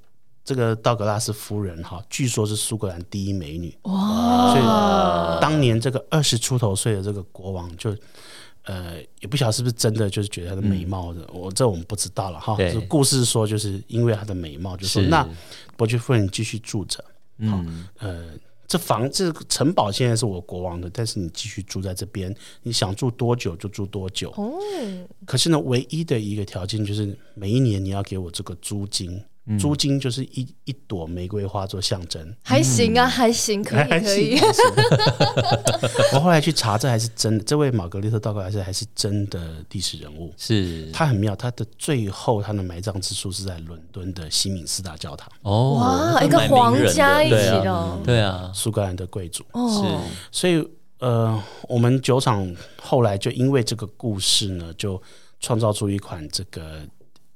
Speaker 3: 这个道格拉斯夫人哈，据说是苏格兰第一美女，所以
Speaker 2: 哇！
Speaker 3: 当年这个二十出头岁的这个国王就。呃，也不晓得是不是真的，就是觉得她的美貌的，我这我们不知道了哈。
Speaker 1: 嗯对
Speaker 3: 就故事说，就是因为她的美貌，就说
Speaker 1: 是
Speaker 3: 那伯爵夫人继续住着，
Speaker 1: 嗯，
Speaker 3: 呃，这房这个城堡现在是我国王的，但是你继续住在这边，你想住多久就住多久。
Speaker 2: 哦，
Speaker 3: 可是呢，唯一的一个条件就是每一年你要给我这个租金，租金就是一一朵玫瑰花做象征。
Speaker 2: 还行啊，还行，可以可以。
Speaker 3: 还行。我后来去查，这还是真的，这位玛格丽特·道格拉斯还是真的历史人物。
Speaker 1: 是
Speaker 3: 他很妙，他的最后他的埋葬之处是在伦敦的西敏寺大教堂，
Speaker 1: 哦，
Speaker 2: 哇，
Speaker 1: 那
Speaker 2: 一个
Speaker 1: 蛮迷
Speaker 2: 皇
Speaker 1: 人的
Speaker 2: 家一起
Speaker 1: 对啊
Speaker 2: 的哦，
Speaker 1: 对啊，
Speaker 3: 苏格兰的贵族。
Speaker 2: 哦，
Speaker 3: 所以呃，我们酒厂后来就因为这个故事呢，就创造出一款这个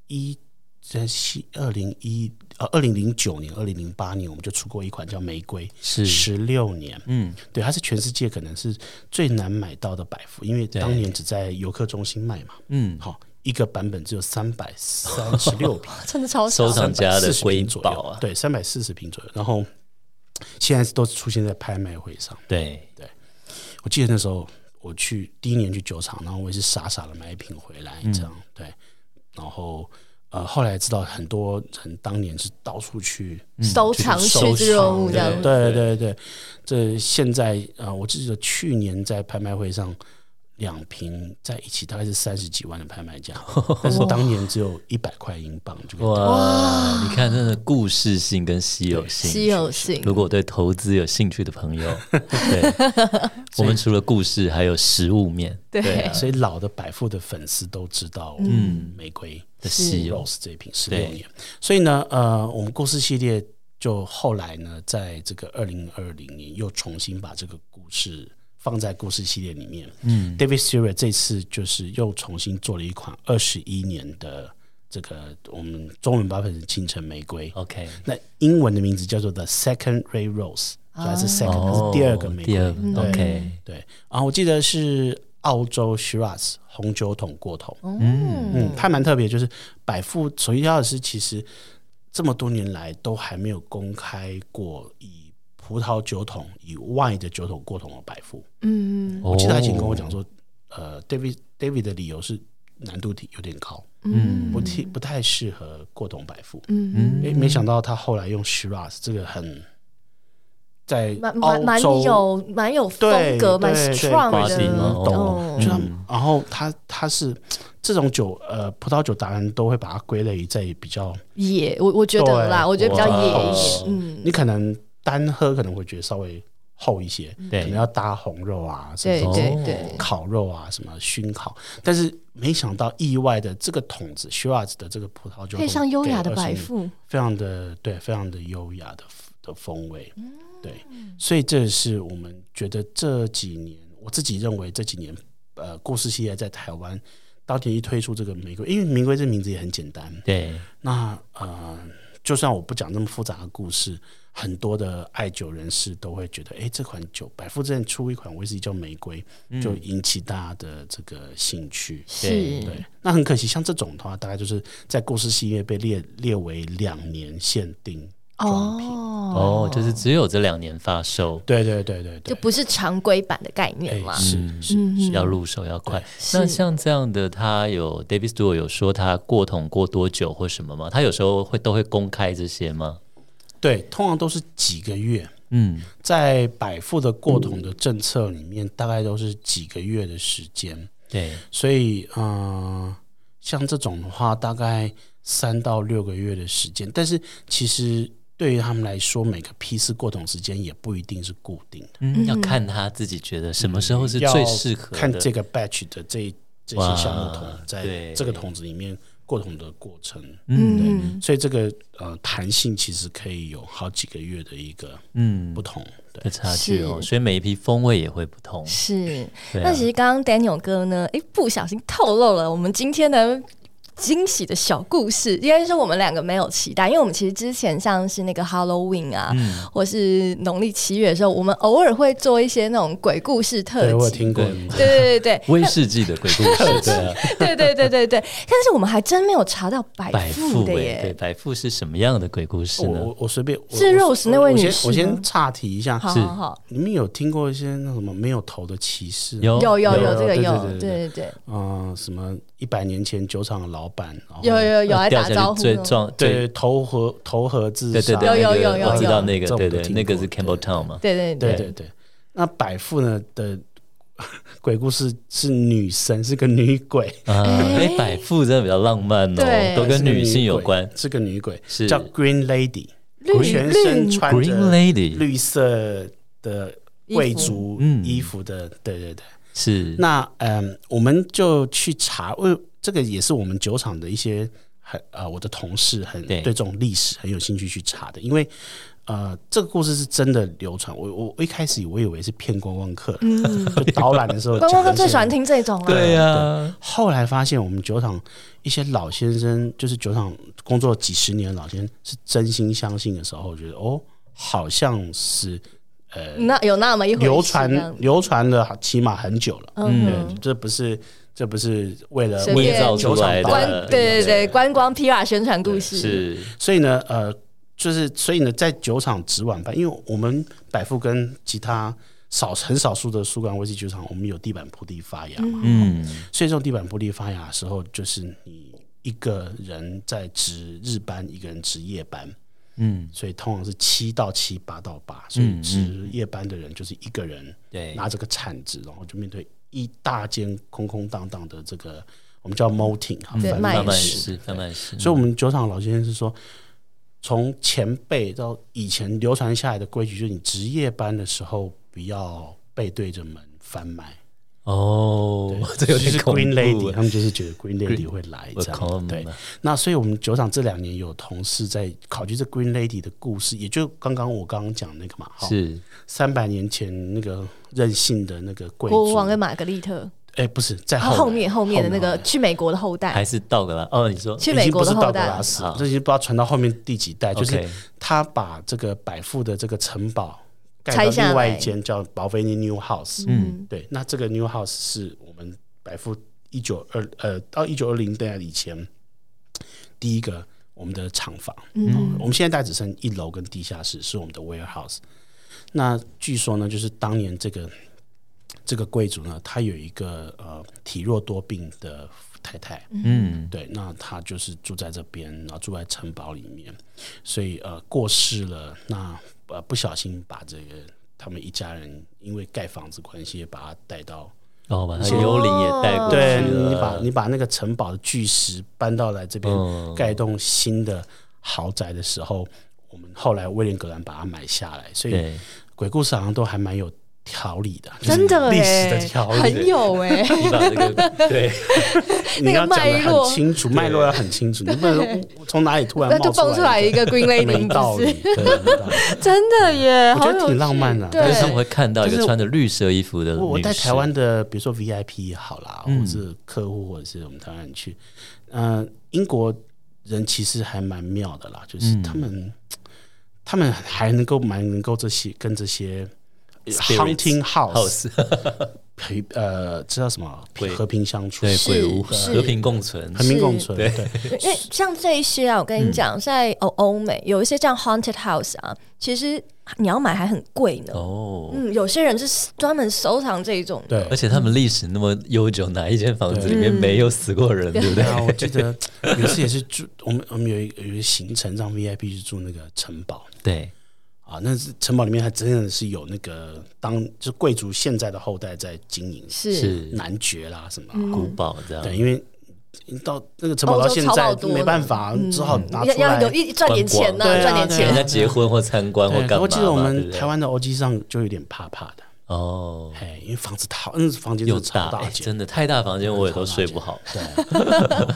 Speaker 3: 一在西二零一呃二零零九年、二零零八年，我们就出过一款叫玫瑰
Speaker 1: 是
Speaker 3: 十六年，
Speaker 1: 嗯，
Speaker 3: 对，它是全世界可能是最难买到的百富，因为当年只在游客中心卖嘛，
Speaker 1: 嗯，
Speaker 3: 好、一个版本只有三百三十 六瓶。
Speaker 2: 真的超
Speaker 1: 收
Speaker 2: 少。
Speaker 1: 藏家的
Speaker 3: 340
Speaker 1: 瑰
Speaker 3: 平左右
Speaker 1: 宝啊，
Speaker 3: 对，三百四十平左右。然后现在都出现在拍卖会上。
Speaker 1: 对，
Speaker 3: 我记得那时候我去第一年去酒厂，然后我也是傻傻的买一瓶回来，这样、对。然后呃，后来知道很多人当年是到处去
Speaker 2: 收藏趋
Speaker 3: 收
Speaker 2: 之若鹜
Speaker 3: 藏，
Speaker 2: 这样子。
Speaker 3: 对对对对。这现在呃，我记得去年在拍卖会上。两瓶在一起大概是三十几万的拍卖价，但是当年只有一百块英镑就可以
Speaker 1: 哇，你看，真的故事性跟稀有性，
Speaker 2: 稀有性，
Speaker 1: 如果对投资有兴趣的朋友， 对，我们除了故事，还有实物面
Speaker 2: 对，
Speaker 3: 所以老的百富的粉丝都知道，嗯，玫瑰
Speaker 1: 的稀有，
Speaker 3: Rose 这一瓶十六年，所以呢，呃，我们故事系列就后来呢，在这个二零二零年又重新把这个故事放在故事系列里面。嗯，David Stewart 这次就是又重新做了一款二十一年的这个我们中文版本是清晨玫瑰，
Speaker 1: OK，
Speaker 3: 那英文的名字叫做 The Second Ray Rose，所以它是 second，、它是第二个玫
Speaker 1: 哦第
Speaker 3: 瑰。
Speaker 1: 二
Speaker 3: 对
Speaker 2: 嗯
Speaker 1: 个 OK，
Speaker 3: 对，然后我记得是澳洲 Shiraz 红酒桶过头，
Speaker 2: 嗯，
Speaker 3: 嗯，它蛮特别，就是百富首席调酒师其实这么多年来都还没有公开过以葡萄酒桶以外的酒桶过桶的百富。
Speaker 2: 嗯
Speaker 1: 我
Speaker 3: 我记得他以前跟我讲，说，呃，David David 的理由是难度体有点高，
Speaker 2: 嗯
Speaker 3: 不太不太适合过桶百富。
Speaker 2: 嗯，
Speaker 3: 诶，没想到他后来用 Shiraz 这个很在
Speaker 2: 蛮
Speaker 3: 嗯澳
Speaker 2: 蛮蛮
Speaker 3: 洲
Speaker 2: 有蛮有风
Speaker 3: 对
Speaker 2: 格，蛮
Speaker 3: 对对嗯
Speaker 2: strong
Speaker 3: 挂
Speaker 2: 的
Speaker 3: 地嘛
Speaker 1: 哦
Speaker 2: 哦
Speaker 3: 就他，然后他他是这种酒，呃，葡萄酒达人都会把它归类在比较，
Speaker 2: 野，我我觉得啦，
Speaker 3: 对
Speaker 2: 我觉得比较野
Speaker 1: 哇
Speaker 2: 一点，嗯，
Speaker 3: 你可能单喝可能会觉得稍微厚一些，可
Speaker 1: 对
Speaker 3: 能要搭红肉啊，什
Speaker 2: 对
Speaker 3: 么
Speaker 2: 对
Speaker 1: 哦
Speaker 2: 对，
Speaker 3: 烤肉啊，什么熏烤，但是没想到意外的这个桶子 Shiraz 的这个葡萄酒
Speaker 2: 配上优雅的
Speaker 3: 给了
Speaker 2: 白
Speaker 3: 20
Speaker 2: 富，
Speaker 3: 非常的对，非常的优雅的的风味，对，所以这是我们觉得这几年，我自己认为这几年，呃，故事系列在台湾当年一推出这个玫瑰，因为玫瑰这名字也很简单，
Speaker 1: 对，
Speaker 3: 那呃，就算我不讲那么复杂的故事，很多的爱酒人士都会觉得，哎，这款酒百富之前出一款威士忌叫玫瑰，就引起大家的这个兴趣，
Speaker 1: 对
Speaker 2: 是
Speaker 3: 对，嗯那很可惜，像这种的话，大概就是在故事系列被列列为两年限定装瓶。
Speaker 1: 哦
Speaker 2: 哦，
Speaker 1: 就是只有这两年发售，
Speaker 3: 对对对对
Speaker 2: 就
Speaker 3: 对，
Speaker 2: 不是常规版的概
Speaker 3: 哎
Speaker 2: 念嘛，
Speaker 3: 是是，
Speaker 2: 嗯
Speaker 1: 要入手要快。
Speaker 2: 是
Speaker 1: 那像这样的，他有 David Stewart 有说他过桶过多久或什么吗？他有时候会都会公开这些吗？
Speaker 3: 对，通常都是几个月，
Speaker 1: 嗯，
Speaker 3: 在百富的过桶的政策里面，大概都是几个月的时间。
Speaker 1: 对，
Speaker 3: 所以呃，像这种的话，大概三到六个月的时间，但是其实对于他们来说，每个批次过桶时间也不一定是固定的，
Speaker 1: 嗯，
Speaker 2: 嗯
Speaker 1: 要看他自己觉得什么时候是最适合的。
Speaker 3: 嗯看这个 batch 的这这些橡木桶
Speaker 1: 哇对
Speaker 3: 在这个桶子里面过桶的过程，
Speaker 2: 嗯，
Speaker 3: 所以这个呃弹性其实可以有好几个月的一个
Speaker 1: 嗯
Speaker 3: 不同，对。
Speaker 1: 的差距哦，
Speaker 2: 是
Speaker 1: 所以每一批风味也会不同。
Speaker 2: 是。
Speaker 1: 对啊
Speaker 2: 那其实刚刚 Daniel 哥呢，诶，不小心透露了我们今天的。惊喜的小故事，应该是我们两个没有期待，因为我们其实之前像是那个 Halloween 啊，或是农历七月的时候，我们偶尔会做一些那种鬼故事特
Speaker 3: 对，我有
Speaker 2: 辑。
Speaker 3: 听过
Speaker 1: 对
Speaker 3: 你们
Speaker 2: 对对对对，
Speaker 1: 威士忌的鬼故 事，对啊，
Speaker 2: 对对对对对，但是我们还真没有查到百
Speaker 1: 百
Speaker 2: 富
Speaker 1: 富
Speaker 2: 的
Speaker 1: 哎，对，
Speaker 2: 耶。
Speaker 1: 百富是什么样的鬼故事
Speaker 3: 我
Speaker 1: 呢？
Speaker 3: 我我随便我
Speaker 2: 是
Speaker 3: 我
Speaker 2: Rose 那位
Speaker 3: 我
Speaker 2: 女
Speaker 3: 先
Speaker 2: 士
Speaker 3: 我
Speaker 2: 吗
Speaker 3: 先岔题一下，
Speaker 2: 好
Speaker 1: 是
Speaker 2: 好好，
Speaker 3: 你们有听过一些那什么没有头的骑士吗？
Speaker 1: 哦有
Speaker 2: 有有
Speaker 3: 有
Speaker 2: 有这个
Speaker 3: 对对
Speaker 2: 有，
Speaker 3: 对对
Speaker 2: 对对对，
Speaker 3: 嗯、什么一百年前酒厂的老板，然后
Speaker 2: 有有有来
Speaker 1: 掉
Speaker 2: 打
Speaker 1: 下去
Speaker 2: 招呼哦
Speaker 1: 最
Speaker 2: 呢。
Speaker 1: 撞最
Speaker 3: 对投河投河自
Speaker 1: 对对
Speaker 3: 杀，
Speaker 1: 对，
Speaker 2: 有有
Speaker 1: 那个
Speaker 2: 有有
Speaker 1: 我知道
Speaker 2: 有
Speaker 1: 那个
Speaker 3: 这我
Speaker 1: 对
Speaker 3: 都
Speaker 1: 对，
Speaker 3: 听
Speaker 1: 那个是
Speaker 3: 过
Speaker 1: Campbell
Speaker 3: 对
Speaker 1: Town 嘛，
Speaker 2: 对对
Speaker 3: 对
Speaker 1: 对
Speaker 3: 对对。那百富呢的鬼故事是女神，是个女鬼，
Speaker 1: 啊，
Speaker 2: 哎
Speaker 1: 哎，百富真的比较浪漫哦，
Speaker 2: 对
Speaker 1: 都跟女性有关，
Speaker 3: 是个女鬼，
Speaker 1: 是
Speaker 3: 叫 Green Lady，
Speaker 2: 绿
Speaker 3: 全身
Speaker 2: 绿
Speaker 3: 穿
Speaker 1: Green
Speaker 3: 着
Speaker 1: Lady
Speaker 3: 绿色的贵
Speaker 2: 衣服
Speaker 3: 族
Speaker 1: 嗯
Speaker 3: 衣服的，对对对。
Speaker 1: 是
Speaker 3: 那嗯，我们就去查，因为这个也是我们酒厂的一些很呃，我的同事很
Speaker 1: 对
Speaker 3: 对这种历史很有兴趣去查的，因为呃，这个故事是真的流传。我我我一开始我以为是骗观光客，
Speaker 2: 嗯，
Speaker 3: 就导览的时候
Speaker 2: 观光
Speaker 3: 讲
Speaker 2: 客
Speaker 3: 的
Speaker 2: 最喜欢
Speaker 3: 是。
Speaker 2: 听这种啊，
Speaker 1: 对呀，
Speaker 3: 后来发现我们酒厂一些老先生，就是酒厂工作几十年的老先生，是真心相信的时候，我觉得哦，好像是呃
Speaker 2: 那有那么一回事
Speaker 3: 流
Speaker 2: 这样
Speaker 3: 传流传了起码很久了。
Speaker 2: 嗯啊
Speaker 3: 对，这不是这不是为了
Speaker 2: 随
Speaker 3: 为
Speaker 2: 便
Speaker 1: 捏造
Speaker 3: 了
Speaker 1: 出
Speaker 3: 球
Speaker 1: 来的，
Speaker 3: 场导
Speaker 2: 观
Speaker 3: 览，
Speaker 2: 对对对观光 PR 宣传故事
Speaker 1: 是
Speaker 3: 所以呢，呃，就是所以呢，在酒厂值晚班，因为我们百富跟其他少很少数的苏格兰威士忌酒厂，我们有地板铺地发芽嘛，
Speaker 1: 嗯
Speaker 3: 所以这种地板铺地发芽的时候，就是你一个人在值日班，一个人值夜班，
Speaker 1: 嗯，
Speaker 3: 所以通常是七到七，八到八，所以值夜班的人就是一个人。
Speaker 1: 对，
Speaker 3: 拿着个铲子，然后就面对一大间空空荡荡的这个我们叫啊 moting 哈，
Speaker 2: 对
Speaker 3: 贩
Speaker 2: 卖
Speaker 1: 慢慢
Speaker 2: 食
Speaker 1: 是慢慢是，
Speaker 3: 所以我们酒厂老先生是说，从前辈到以前流传下来的规矩，就是你值夜班的时候不要背对着门贩卖。
Speaker 1: 哦，这有
Speaker 3: 就
Speaker 1: 点
Speaker 3: 是
Speaker 1: 恐怖
Speaker 3: Green Lady，
Speaker 1: 哎
Speaker 3: 他们就是觉得 Green Lady 会来
Speaker 1: 我
Speaker 3: 这
Speaker 1: 靠
Speaker 3: 样。对，那所以我们酒厂这两年有同事在考据这 Green Lady 的故事，也就刚刚我刚刚讲那个嘛，哈，
Speaker 1: 是
Speaker 3: 三百年前那个任性的那个贵族
Speaker 2: 国王跟玛格丽特，
Speaker 3: 哎、不是在
Speaker 2: 啊
Speaker 3: 后来
Speaker 2: 后面后面的那
Speaker 3: 后
Speaker 2: 个
Speaker 3: 来
Speaker 2: 去美国的后代
Speaker 1: 还，是到格拉哦，你说
Speaker 2: 去
Speaker 3: 已
Speaker 2: 美
Speaker 3: 经
Speaker 2: 国
Speaker 3: 不
Speaker 2: 的
Speaker 3: 是
Speaker 2: 后
Speaker 3: 道格
Speaker 2: 代
Speaker 3: 拉，斯
Speaker 1: 好，
Speaker 3: 这已经不知道传到后面第几代，就
Speaker 1: OK
Speaker 3: 是他把这个百富的这个城堡盖
Speaker 2: 拆
Speaker 3: 到
Speaker 2: 下
Speaker 3: 另外
Speaker 2: 来
Speaker 3: 一间叫保菲尼 New House，、
Speaker 2: 嗯，
Speaker 3: 对，那这个 New House 是我们百富一九二呃到一九二零代以前第一个我们的厂房，
Speaker 2: 嗯
Speaker 3: 我们现在大概只剩一楼跟地下室是我们的 warehouse。那据说呢，就是当年这个这个贵族呢，他有一个呃体弱多病的太太，
Speaker 1: 嗯
Speaker 3: 对，那他就是住在这边，然后住在城堡里面，所以呃过世了，那呃不小心把这个他们一家人因为盖房子关系，也把他带到，
Speaker 1: 哦，把他幽灵也带
Speaker 2: 嗯
Speaker 1: 过
Speaker 3: 对
Speaker 1: 去
Speaker 3: 你把
Speaker 1: 了，
Speaker 3: 你把那个城堡的巨石搬到来这边、
Speaker 1: 嗯
Speaker 3: 盖一栋新的豪宅的时候，我们后来威廉格兰把它买下来，所以
Speaker 1: 对，
Speaker 3: 鬼故事好像都还蛮有条理的，就是
Speaker 2: 真的
Speaker 3: 历史的
Speaker 2: 哎，
Speaker 3: 条理，
Speaker 2: 很有哎，
Speaker 1: 你把这个对
Speaker 3: 你要讲的
Speaker 2: 那个脉络
Speaker 3: 很清楚，脉络要很清楚，你不能 从哪里 突然
Speaker 2: 那
Speaker 3: 冒
Speaker 2: 就蹦出来一个 Green
Speaker 3: 没
Speaker 2: Lady，
Speaker 3: 道
Speaker 2: 不
Speaker 3: 理
Speaker 2: 是，
Speaker 3: 对没道理
Speaker 2: 真的耶，
Speaker 3: 我
Speaker 2: 好
Speaker 3: 觉得
Speaker 2: 有
Speaker 3: 挺浪漫的
Speaker 2: 趣
Speaker 1: 就是他
Speaker 2: 对
Speaker 1: 们，会看到一
Speaker 3: 就
Speaker 1: 个
Speaker 3: 是
Speaker 1: 穿着绿色衣服的女士，
Speaker 3: 我我在台湾的，比如说 VIP 也好啦，
Speaker 1: 嗯
Speaker 3: 或者是客户，或者是我们台湾人去，嗯、英国人其实还蛮妙的啦，就是
Speaker 1: 嗯
Speaker 3: 他们，他们还能够蛮能够这些跟这些
Speaker 1: Spirits
Speaker 3: hunting house
Speaker 1: house
Speaker 3: 陪呃，这叫什么
Speaker 1: 鬼
Speaker 3: 和平相处，
Speaker 1: 对
Speaker 2: 是
Speaker 1: 鬼
Speaker 3: 啊
Speaker 1: 屋
Speaker 2: 是
Speaker 1: 和平共存，
Speaker 3: 和平共存，
Speaker 1: 对
Speaker 3: 对，
Speaker 2: 因为像这一些啊，我
Speaker 3: 嗯
Speaker 2: 跟你讲，在欧欧美有一些这样 haunted house 啊，其实你要买还很贵呢。
Speaker 1: 哦。
Speaker 2: 嗯，有些人是专门收藏这一种的，
Speaker 1: 而
Speaker 3: 对。
Speaker 1: 且他们历史那么悠久，哪一间房子里面
Speaker 2: 对
Speaker 1: 没有死过人，对不对
Speaker 3: 对？啊，我记得有一次也是住我们我们有一有一个行程让 VIP 去住那个城堡，
Speaker 1: 对，
Speaker 3: 啊，那是城堡里面还真的是有那个当就是贵族现在的后代在经营，
Speaker 2: 是，嗯
Speaker 1: 是
Speaker 3: 男爵啦什么啊，
Speaker 1: 古堡这样，
Speaker 3: 对，因为到那个城堡
Speaker 2: 欧
Speaker 3: 到
Speaker 2: 洲
Speaker 3: 现
Speaker 2: 超
Speaker 3: 在
Speaker 2: 爆多
Speaker 3: 没
Speaker 2: 的
Speaker 3: 办法，只好拿出
Speaker 2: 要嗯要
Speaker 3: 来。
Speaker 2: 有一赚点钱呢、
Speaker 3: 观光
Speaker 2: 赚点
Speaker 3: 对啊
Speaker 1: 人
Speaker 2: 钱。
Speaker 1: 家结婚或参观或
Speaker 3: 对，啊
Speaker 1: 干嘛嘛？
Speaker 3: 我记得我
Speaker 1: 对不
Speaker 3: 们
Speaker 1: 对
Speaker 3: 台湾的 O G 上就有点怕怕的，
Speaker 1: 哦，
Speaker 3: 哎，因为房子好，那房间真
Speaker 1: 又
Speaker 3: 的超
Speaker 1: 大，
Speaker 3: 大
Speaker 1: 哎
Speaker 3: 间。
Speaker 1: 真的太大房间我也都睡不好。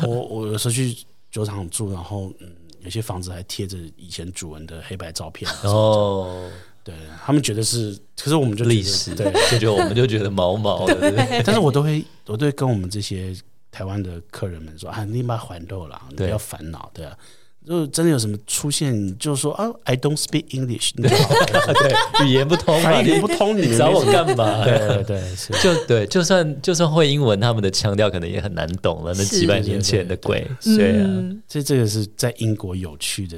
Speaker 3: 我我有时候去酒厂住，然后嗯，有些房子还贴着以前主人的黑白照片，啊
Speaker 1: 哦，
Speaker 3: 对他们觉得是，可是我们就觉得
Speaker 1: 历史
Speaker 3: 对，
Speaker 1: 就觉得我们就觉得毛毛的，对不 对
Speaker 3: 但是我都会，我都会跟我们这些台湾的客人们说啊，你把它还肉啦，你不
Speaker 1: 对
Speaker 3: 要烦恼，对啊。如果真的有什么出现，你就说啊，I don't speak English，你好
Speaker 1: 语言不通嘛，
Speaker 3: 反
Speaker 1: 你
Speaker 3: 应不通，你
Speaker 1: 你
Speaker 3: 们
Speaker 1: 找
Speaker 3: 没
Speaker 1: 我
Speaker 3: 什么
Speaker 1: 干嘛？
Speaker 3: 对对对，是
Speaker 1: 就对，就算就算会英文，他们的腔调可能也很难懂了。那
Speaker 2: 是
Speaker 1: 几百年前的鬼，对啊，
Speaker 2: 嗯，
Speaker 3: 这这个是在英国有趣的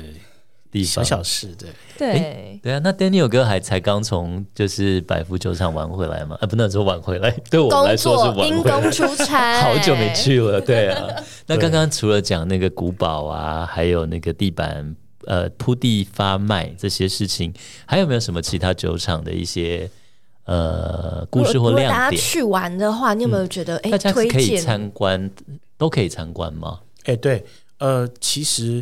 Speaker 1: 地
Speaker 3: 小
Speaker 1: 方。
Speaker 3: 小事，对，
Speaker 2: 对，
Speaker 1: 对啊，那 Daniel 哥还才刚从就是百富酒厂玩回来嘛？啊，不能说玩回来，对我们来
Speaker 2: 工
Speaker 1: 说是
Speaker 2: 作
Speaker 1: 玩
Speaker 2: 因
Speaker 1: 回来
Speaker 2: 公。出 差，
Speaker 1: 好久没。去了，对啊。那刚刚除了讲那个古堡啊，还有那个地板呃铺地发卖这些事情，还有没有什么其他酒厂的一些呃故事
Speaker 2: 如果
Speaker 1: 或
Speaker 2: 如果大
Speaker 1: 亮
Speaker 2: 家
Speaker 1: 点？
Speaker 2: 去玩的话，你有没有觉得哎、
Speaker 1: 大家是
Speaker 2: 推
Speaker 1: 可以
Speaker 2: 荐
Speaker 1: 参观，都可以参观吗？
Speaker 3: 哎对，呃，其实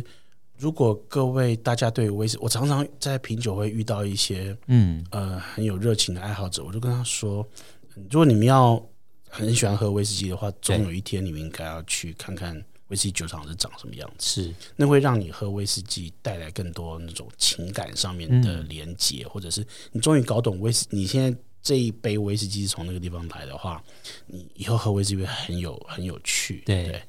Speaker 3: 如果各位大家对威士，我常常在品酒会遇到一些
Speaker 1: 嗯，
Speaker 3: 呃很有热情的爱好者，我就跟他说，嗯如果你们要很喜欢喝威士忌的话，总有一天你们应该要去看看威士忌酒厂是长什么样子，
Speaker 1: 是
Speaker 3: 那会让你喝威士忌带来更多那种情感上面的
Speaker 1: 嗯
Speaker 3: 连接，或者是你终于搞懂威士，你现在这一杯威士忌是从那个地方来的话，你以后喝威士忌会很有很有趣，
Speaker 1: 对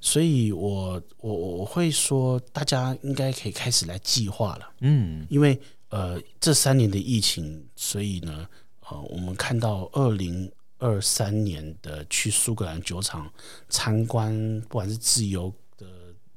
Speaker 3: 所以我我我我会说，大家应该可以开始来计划了。
Speaker 1: 嗯，
Speaker 3: 因为呃这三年的疫情，所以呢，呃，我们看到二零二三年的去苏格兰酒厂参观，不管是自由的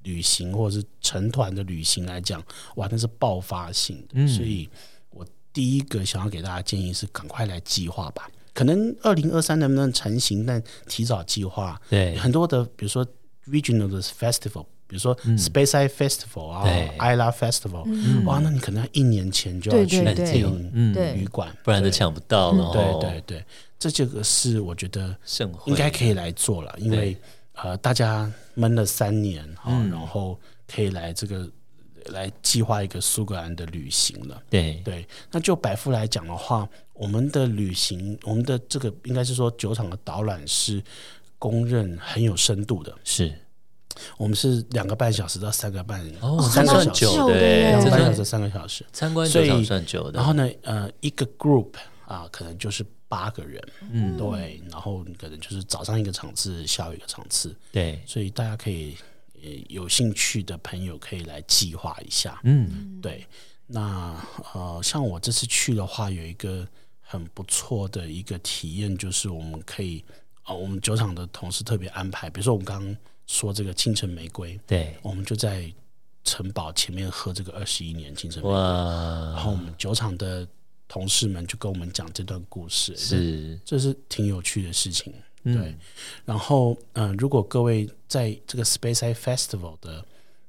Speaker 3: 旅行或者是成团的旅行来讲，哇，那是爆发性的，
Speaker 1: 嗯
Speaker 3: 所以我第一个想要给大家建议是，赶快来计划吧。可能二零二三能不能成型，但提早计划，
Speaker 1: 对，
Speaker 3: 很多的，比如说 regional 的 festival，比如说 Space Eye Festival 啊、
Speaker 1: 嗯对
Speaker 3: ILA Festival，、哇，那你可能要一年前就要
Speaker 2: 对
Speaker 3: 去
Speaker 2: 对对
Speaker 3: 订
Speaker 1: 嗯，
Speaker 2: 对
Speaker 3: 旅馆，
Speaker 1: 不然就哦抢不到了。
Speaker 3: 嗯对对，对，这这个是我觉得
Speaker 1: 盛会
Speaker 3: 应该可以来做了，因为呃，大家闷了三年哈、
Speaker 1: 嗯
Speaker 3: 然后可以来这个来计划一个苏格兰的旅行了。
Speaker 1: 对
Speaker 3: 对，那就百富来讲的话，我们的旅行，我们的这个应该是说酒厂的导览是公认很有深度的。
Speaker 1: 是
Speaker 3: 我们是两个半小时到三个半，
Speaker 1: 哦，
Speaker 3: 三
Speaker 1: 这
Speaker 3: 个
Speaker 1: 算
Speaker 3: 小时
Speaker 1: 久的
Speaker 2: 对
Speaker 1: 耶，
Speaker 3: 两
Speaker 1: 这
Speaker 3: 个半小
Speaker 1: 算
Speaker 3: 时三个小时。
Speaker 1: 参观
Speaker 3: 所
Speaker 1: 酒
Speaker 3: 以
Speaker 1: 厂算久的。
Speaker 3: 然后呢，呃，一个 group 啊，可能就是八个人，
Speaker 1: 嗯，
Speaker 3: 对，然后可能就是早上一个场次，下午一个场次，
Speaker 1: 对，
Speaker 3: 所以大家可以呃有兴趣的朋友可以来计划一下。
Speaker 1: 嗯，
Speaker 3: 对，那呃，像我这次去的话，有一个很不错的一个体验，就是我们可以，呃，我们酒厂的同事特别安排，比如说我们刚刚说这个清晨玫瑰，
Speaker 1: 对，
Speaker 3: 我们就在城堡前面喝这个二十一年清晨玫瑰，然
Speaker 1: 哇，
Speaker 3: 后我们酒厂的同事们就跟我们讲这段故事，
Speaker 1: 是，
Speaker 3: 这是挺有趣的事情。
Speaker 1: 嗯
Speaker 3: 对，然后嗯、呃如果各位在这个 Space Eye Festival 的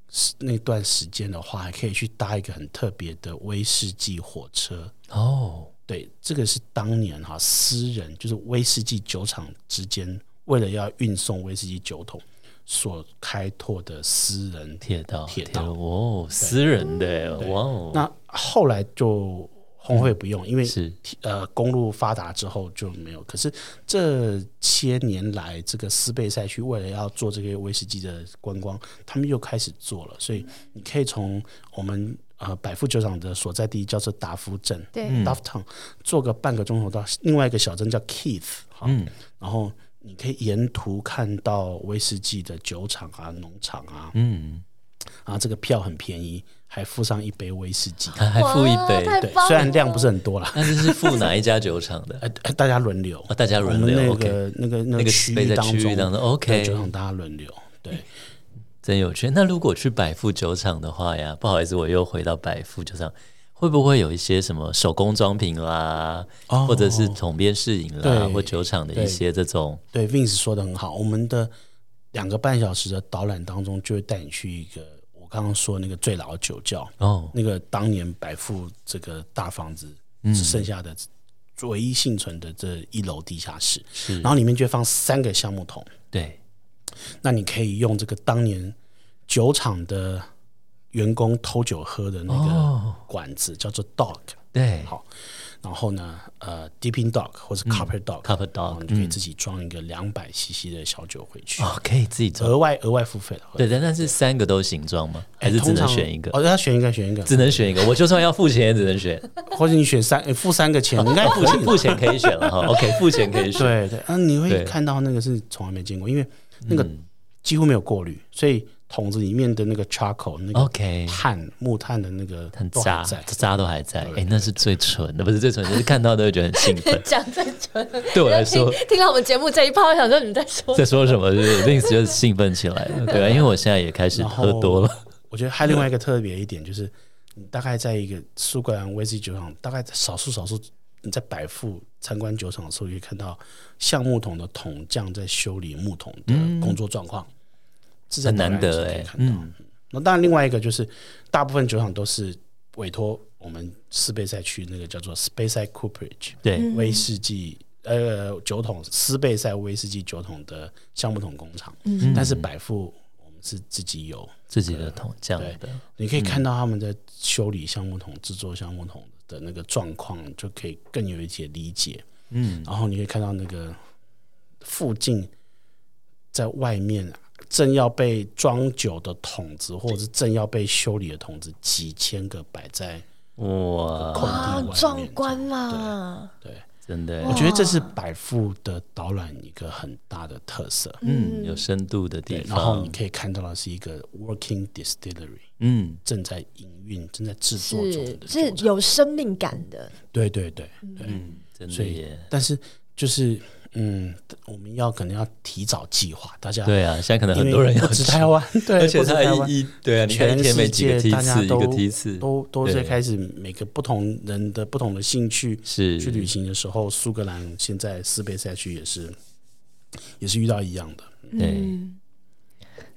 Speaker 3: 时那段时间的话，还可以去搭一个很特别的威士忌火车。
Speaker 1: 哦，
Speaker 3: 对，这个是当年哈、私人就是威士忌酒厂之间为了要运送威士忌酒桶所开拓的私人。
Speaker 1: 铁道，
Speaker 3: 铁
Speaker 1: 道，
Speaker 3: 道
Speaker 1: 哦，私人的耶，哇哦，嗯
Speaker 3: 那后来就烘焙不用，因为
Speaker 1: 是
Speaker 3: 呃公路发达之后就没有。可是这些年来，这个斯贝赛区为了要做这个威士忌的观光，他们又开始做了，所以你可以从我们呃百富酒厂的所在地叫做达夫镇。
Speaker 2: 对，
Speaker 1: 嗯
Speaker 3: d u f f Town 坐个半个钟头到另外一个小镇叫 Keith，哈、
Speaker 1: 嗯
Speaker 3: 然后你可以沿途看到威士忌的酒厂啊、农场啊，
Speaker 1: 嗯，
Speaker 3: 啊，这个票很便宜，还附上一杯威士忌，
Speaker 1: 还还付一
Speaker 2: 哇太
Speaker 1: 杯，
Speaker 3: 对，
Speaker 2: 棒
Speaker 3: 虽然量
Speaker 2: 了。
Speaker 3: 不是很多啦，
Speaker 1: 那这是付哪一家酒厂 的？
Speaker 3: 呃，大家轮流
Speaker 1: 嗯哦，大家
Speaker 3: 我
Speaker 1: 轮
Speaker 3: 们
Speaker 1: 流
Speaker 3: 那
Speaker 1: ，OK，
Speaker 3: 个那个那
Speaker 1: 那个
Speaker 3: 个区
Speaker 1: 被
Speaker 3: 域
Speaker 1: 在
Speaker 3: 当
Speaker 1: 区域当
Speaker 3: 中
Speaker 1: 中，OK，
Speaker 3: 对酒厂大家轮流，对，
Speaker 1: 真有趣。那如果去百富酒厂的话呀，不好意思，我又回到百富酒厂，会不会有一些什么手工装瓶啦，
Speaker 3: 哦
Speaker 1: 或者是统编试饮啦，
Speaker 3: 对
Speaker 1: 或酒厂的一些这种
Speaker 3: 对，Vince 说的很好，我们的两个半小时的导览当中，就会带你去一个我刚刚说那个最老的酒窖，
Speaker 1: 哦，
Speaker 3: 那个当年百富这个大房子
Speaker 1: 嗯
Speaker 3: 只剩下的唯一幸存的这一楼地下室，
Speaker 1: 是，
Speaker 3: 然后里面就会放三个橡木桶，
Speaker 1: 对，
Speaker 3: 那你可以用这个当年酒厂的员工偷酒喝的那个
Speaker 1: 哦，
Speaker 3: 管子，叫做 dog，
Speaker 1: 对
Speaker 3: 好然后呢，呃，dipping dog 或者 copper dog，、
Speaker 1: ，cover
Speaker 3: 然后
Speaker 1: 嗯 dog，嗯
Speaker 3: 你就可以自己装一个两百 CC 的小酒回去，
Speaker 1: 哦，可以自己做。
Speaker 3: 额外额外付费了。哎
Speaker 1: 对，但但是三个都形状吗？还是只
Speaker 3: 通
Speaker 1: 能
Speaker 3: 常
Speaker 1: 选一个？
Speaker 3: 哦，要选一个，选一个，
Speaker 1: 只能选一个。我就算要付钱，也只能选。哦
Speaker 3: 或者你选三，哎付三 个钱，你 应该
Speaker 1: 付
Speaker 3: 可以
Speaker 1: 钱
Speaker 3: 啦
Speaker 1: 付钱可以选了哈。OK，付钱可以选。
Speaker 3: 对对，嗯、你会
Speaker 1: 对嗯
Speaker 3: 看到那个是从来没见过，因为那个几乎没有过滤，所以桶子里面的那个 charcoal 那个
Speaker 1: OK，
Speaker 3: 碳木炭的那个
Speaker 1: 很
Speaker 3: 都还
Speaker 1: 渣
Speaker 3: 在，
Speaker 1: 渣都还在。
Speaker 3: 对
Speaker 1: 哎，那是最纯的，不是最纯，就是看到都会觉得很兴奋
Speaker 2: 讲在准，
Speaker 1: 对我来
Speaker 3: 哎
Speaker 1: 说，
Speaker 2: 听到我们节目这一趴，我想说你们在 说
Speaker 1: 在说什么？就是 Vince 就兴奋起来 了，对啊，因为我现在也开始
Speaker 3: 然
Speaker 1: 喝
Speaker 3: 后
Speaker 1: 多了。
Speaker 3: 我觉得还有另外一个特别一点就是，你大概在一个苏格兰威士忌酒厂，大概少数少数你在百富参观酒厂的时候，你可以看到橡木桶的桶匠在修理木桶的工作状况，是在
Speaker 1: 很难
Speaker 3: 导览的时候
Speaker 1: 得
Speaker 3: 可以
Speaker 1: 哎
Speaker 3: 看到。那当然，另外一个就是大部分酒厂都是委托我们斯贝塞区那个叫做 Speyside Cooperage
Speaker 1: 对，
Speaker 3: 威士忌。呃，酒桶斯贝塞威士忌酒桶的橡木桶工厂，
Speaker 1: 嗯
Speaker 3: 但是百富我们是自己有，
Speaker 1: 自己的桶这样的，
Speaker 3: 你
Speaker 1: 嗯
Speaker 3: 可以看到他们在修理橡木桶、制作橡木桶的那个状况，就可以更有一些理解。
Speaker 1: 嗯，
Speaker 3: 然后你可以看到那个附近在外面正要被装酒的桶子，或者是正要被修理的桶子，几千个摆在
Speaker 1: 哇，
Speaker 3: 空地外
Speaker 2: 哇
Speaker 3: 面。，
Speaker 2: 啊壮观啊嘛！
Speaker 3: 对，
Speaker 1: 真的
Speaker 3: 我
Speaker 1: 欸，
Speaker 3: 觉得这是百富的导览一个很大的特色。
Speaker 1: 嗯，有深度的地
Speaker 3: 对，然后
Speaker 1: 方
Speaker 3: 你，可以看到的是一个 working distillery
Speaker 1: 嗯，
Speaker 3: 正在营运、正在制作中
Speaker 2: 是嗯
Speaker 3: 的
Speaker 2: 是
Speaker 3: 酒厂。
Speaker 2: 有生命感的，
Speaker 3: 对对对对。
Speaker 1: 真
Speaker 3: 所
Speaker 1: 的
Speaker 3: 以
Speaker 1: 耶。
Speaker 3: 但是就是嗯，我们要可能要提早计划，大家
Speaker 1: 对啊，现在可能
Speaker 3: 因
Speaker 1: 很
Speaker 3: 为
Speaker 1: 多人要
Speaker 3: 不止
Speaker 1: 去
Speaker 3: 台湾，对，
Speaker 1: 而且
Speaker 3: 不止
Speaker 1: 他
Speaker 3: 台湾
Speaker 1: 一一对啊，你看一
Speaker 3: 全
Speaker 1: 天没
Speaker 3: 世
Speaker 1: 几个
Speaker 3: 界
Speaker 1: 梯
Speaker 3: 大家
Speaker 1: 次，一
Speaker 3: 都
Speaker 1: 个梯次
Speaker 3: 都都在
Speaker 1: 对
Speaker 3: 开始每个不同人的不同的兴趣
Speaker 1: 是
Speaker 3: 去旅行的时候，苏格兰现在斯贝赛区也是也是遇到一样的。
Speaker 1: 对，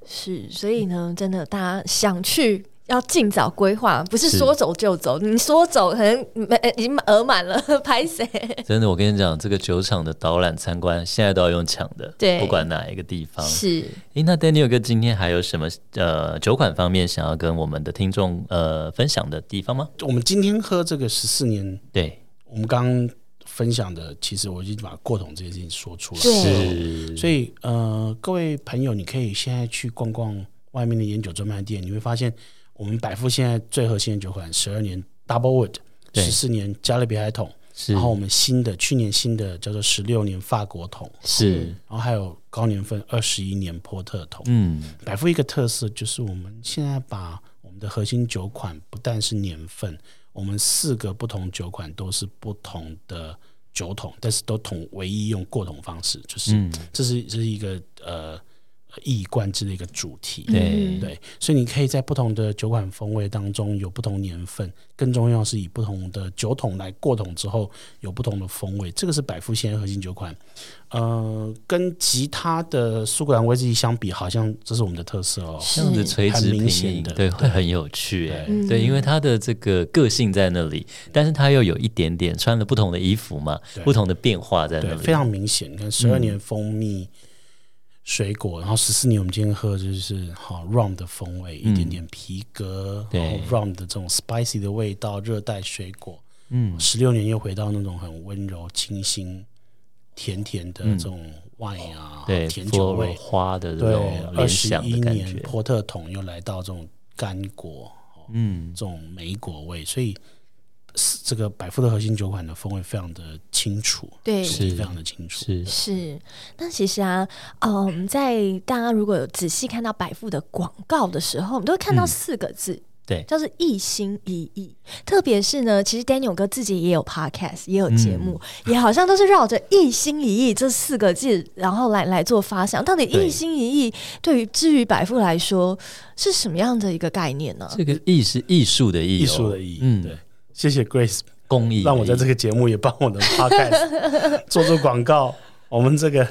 Speaker 2: 是，所以呢，真的大家想去。要尽早规划，不是
Speaker 1: 是
Speaker 2: 说走就走。你说走，可能没已经额满了， 拍谁？
Speaker 1: 真的，我跟你讲，这个酒厂的导览参观现在都要用抢的，
Speaker 2: 对
Speaker 1: 不管哪一个地方。
Speaker 2: 是
Speaker 1: 诶，那 Daniel 哥今天还有什么呃酒款方面想要跟我们的听众呃分享的地方吗？
Speaker 3: 我们今天喝这个十四年，
Speaker 1: 对，
Speaker 3: 我们刚刚分享的，其实我已经把过桶这件事情说出来
Speaker 2: 对
Speaker 3: 了。
Speaker 1: 是，
Speaker 3: 所以呃，各位朋友，你可以现在去逛逛外面的烟酒专卖店，你会发现我们百富现在最核心的酒款，十二年 Double Wood，
Speaker 1: 对
Speaker 3: 十四年加勒比海桶，
Speaker 1: 是
Speaker 3: 然后我们新的去年新的叫做十六年法国桶，
Speaker 1: 是，
Speaker 3: 然后还有高年份二十一年波特桶。
Speaker 1: 嗯，
Speaker 3: 百富一个特色就是我们现在把我们的核心酒款不但是年份，我们四个不同酒款都是不同的酒桶，但是都同唯一用过桶方式，就是、
Speaker 1: 嗯
Speaker 3: 这是这是一个呃一以贯之的一个主题。
Speaker 2: 嗯
Speaker 1: 对
Speaker 3: 对，所以你可以在不同的酒款风味当中有不同年份，更重要是以不同的酒桶来过桶之后有不同的风味，这个是百富现在核心酒款。呃，跟其他的苏格兰威士忌相比，好像这是我们的特色哦。
Speaker 1: 这样子垂直
Speaker 3: 很明
Speaker 1: 平
Speaker 3: 显
Speaker 1: 饮，
Speaker 3: 的嗯
Speaker 1: 对，会很有趣哎、对，因为他的这个个性在那里，但是他又有一点点穿了不同的衣服嘛，
Speaker 3: 对
Speaker 1: 不同的嗯变化在那
Speaker 3: 对，
Speaker 1: 里，
Speaker 3: 非常明显。你看，十二年蜂蜜、水果，然后十四年我们今天喝的就是好 rum 的风味，一点点皮革，
Speaker 1: 嗯对
Speaker 3: 然后 rum 的这种 spicy 的味道，热带水果。
Speaker 1: 嗯，
Speaker 3: 十六年又回到那种很温柔、清新、甜甜的这种 wine 啊，
Speaker 1: 嗯对，
Speaker 3: 甜酒
Speaker 1: 菠萝
Speaker 3: 味。
Speaker 1: 花的这
Speaker 3: 对
Speaker 1: 种，
Speaker 3: 二
Speaker 1: 联
Speaker 3: 十
Speaker 1: 想
Speaker 3: 一
Speaker 1: 的感
Speaker 3: 年
Speaker 1: 觉，
Speaker 3: 波特桶又来到这种干果，
Speaker 1: 嗯，
Speaker 3: 这种莓果味，所以是这个百富的核心酒款的风味非常的清楚，
Speaker 2: 对
Speaker 3: 主题非常的清楚。
Speaker 1: 是
Speaker 2: 是，那其实啊，嗯，在大家如果有仔细看到百富的广告的时候，我们都会看到
Speaker 3: 嗯
Speaker 2: 四个字。
Speaker 1: 对
Speaker 2: 叫做一心一意。特别是呢，其实 Daniel 哥自己也有 podcast，也有
Speaker 3: 嗯
Speaker 2: 节目，也好像都是绕着“一心一意”这四个字，然后来来做发想。到底“
Speaker 1: 对
Speaker 2: 一心一意”对于至于百富来说是什么样的一个概念呢？
Speaker 1: 这个艺是艺术的艺、哦，
Speaker 3: 艺术的意义，
Speaker 1: 嗯
Speaker 3: 对，谢谢 Grace
Speaker 1: 工艺的艺，
Speaker 3: 让我在这个节目也帮我的 podcast 做做广告。我们这个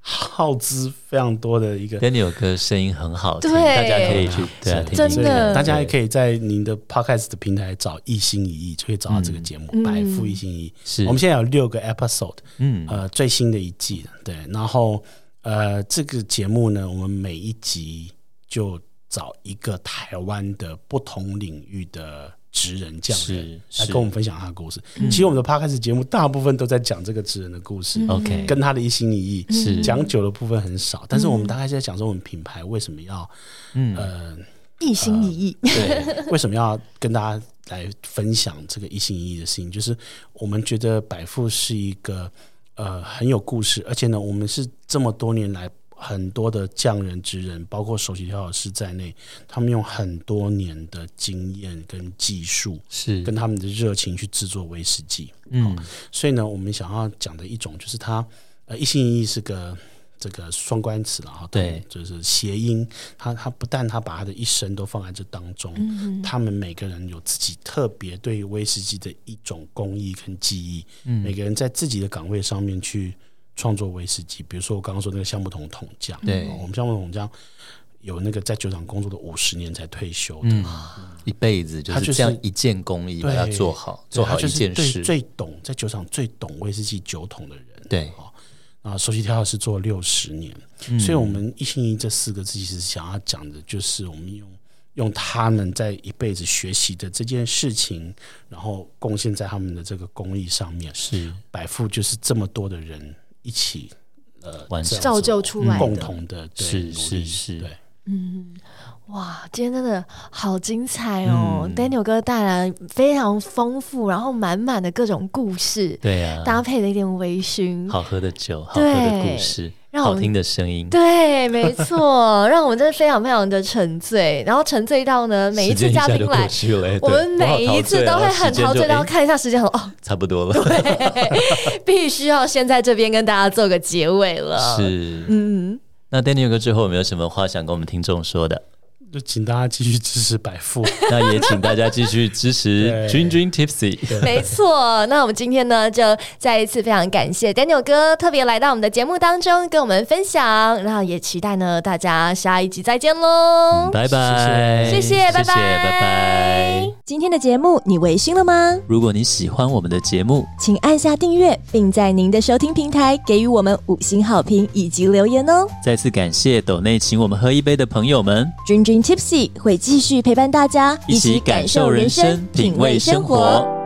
Speaker 3: 耗资非常多的一个。
Speaker 1: 跟你有歌声音很好听，
Speaker 2: 对
Speaker 1: 大家可以去对啊，
Speaker 3: 是
Speaker 1: 听
Speaker 2: 真
Speaker 1: 听
Speaker 3: 所以
Speaker 2: 的
Speaker 1: 看
Speaker 3: 大家也可以在您的 podcast 的平台找“一心一意”，就可以找到这个节目
Speaker 2: 嗯
Speaker 3: 《百富一心一意》。
Speaker 1: 是
Speaker 3: 我们现在有六个 episode，
Speaker 1: 嗯
Speaker 3: 呃，最新的一季了对。然后呃，这个节目呢，我们每一集就找一个台湾的不同领域的职人匠人
Speaker 1: 是
Speaker 3: 来
Speaker 1: 是
Speaker 3: 跟我们分享他的故事。其实我们的 podcast 节目大部分都在讲这个职人的故事，
Speaker 1: 嗯 OK 嗯
Speaker 3: 跟他的一心一意。
Speaker 1: 是嗯
Speaker 3: 讲久的部分很少，但是我们大概是在讲说我们品牌为什么要， 呃，
Speaker 2: 一心一意，
Speaker 3: 对，为什么要跟大家来分享这个一心一意的事情？就是我们觉得百富是一个呃很有故事，而且呢，我们是这么多年来很多的匠人、职人，包括首席调酒师在内，他们用很多年的经验跟技术，
Speaker 1: 是
Speaker 3: 跟他们的热情去制作威士忌。
Speaker 1: 嗯
Speaker 3: 所以呢，我们想要讲的一种就是它，呃，一心一意是个这个双关词了哈，
Speaker 1: 对，
Speaker 3: 就是谐音。他他不但他把他的一生都放在这当中，
Speaker 1: 嗯
Speaker 3: 他们每个人有自己特别对于威士忌的一种工艺跟技艺，
Speaker 1: 嗯
Speaker 3: 每个人在自己的岗位上面去创作威士忌。比如说我刚刚说那个橡木桶桶匠，
Speaker 1: 对
Speaker 3: 哦我们橡木桶匠。有那个在酒厂工作的五十年才退休的，
Speaker 1: 嗯，一辈子就
Speaker 3: 他就是是
Speaker 1: 这样一件工艺把它
Speaker 3: 对
Speaker 1: 做好，
Speaker 3: 对
Speaker 1: 做
Speaker 3: 他
Speaker 1: 好一
Speaker 3: 就是
Speaker 1: 件
Speaker 3: 对
Speaker 1: 事，
Speaker 3: 最懂在酒厂最懂威士忌酒桶的人。
Speaker 1: 对
Speaker 3: 啊，首席调酒师做了六十年，
Speaker 1: 嗯
Speaker 3: 所以我们一心一意这四个字其实想要讲的就是我们用用他们在一辈子学习的这件事情，然后贡献在他们的这个工艺上面。
Speaker 1: 是
Speaker 3: 百富就是这么多的人一起呃
Speaker 1: 完
Speaker 3: 这
Speaker 1: 成
Speaker 3: 样子
Speaker 2: 造就出来
Speaker 3: 共
Speaker 2: 的。
Speaker 3: 同的对
Speaker 1: 是
Speaker 3: 努
Speaker 1: 是
Speaker 3: 力
Speaker 1: 是
Speaker 3: 对。
Speaker 2: 哇，今天真的好精彩哦、d
Speaker 1: 嗯
Speaker 2: a n i e l 哥带来非常丰富，然后满满的各种故事，
Speaker 1: 对啊，
Speaker 2: 搭配了一点微醺，
Speaker 1: 好喝的酒，好喝的故事，
Speaker 2: 让我
Speaker 1: 好
Speaker 2: 们
Speaker 1: 听的声音，
Speaker 2: 对，没错，让我们真的非常非常的沉醉，然后沉醉到呢，每一
Speaker 1: 时
Speaker 2: 次
Speaker 1: 间
Speaker 2: 嘉
Speaker 1: 下
Speaker 2: 宾
Speaker 1: 就
Speaker 2: 来
Speaker 1: 过，去了对
Speaker 2: 我们每一次都会很陶醉，
Speaker 1: 我
Speaker 2: 然
Speaker 1: 好啊
Speaker 2: 后
Speaker 1: 哦就
Speaker 2: 看一下时间，哦，
Speaker 1: 哎差不多了，
Speaker 2: 必须要先在这边跟大家做个结尾了。，
Speaker 1: 是。
Speaker 2: 嗯，
Speaker 1: 那 Daniel 哥最后有没有什么话想跟我们听众说的？
Speaker 3: 就请大家继续支持百富，
Speaker 1: 那也请大家继续支持
Speaker 3: 对
Speaker 1: 君君 Tipsy。
Speaker 2: 没错。那我们今天呢，就再一次非常感谢 Daniel 哥特别来到我们的节目当中跟我们分享，然后也期待呢大家下一集再见喽。
Speaker 1: 拜拜，
Speaker 2: 谢谢拜
Speaker 1: 拜
Speaker 2: 拜
Speaker 1: 拜。
Speaker 4: 今天的节目你微醺了吗？
Speaker 1: 如果你喜欢我们的节目，
Speaker 4: 请按下订阅，并在您的收听平台给予我们五星好评以及留言哦。
Speaker 1: 再次感谢斗内请我们喝一杯的朋友们，
Speaker 4: 君君 Tipsy 会继续陪伴大家，
Speaker 1: 一起感受人生，品味生活。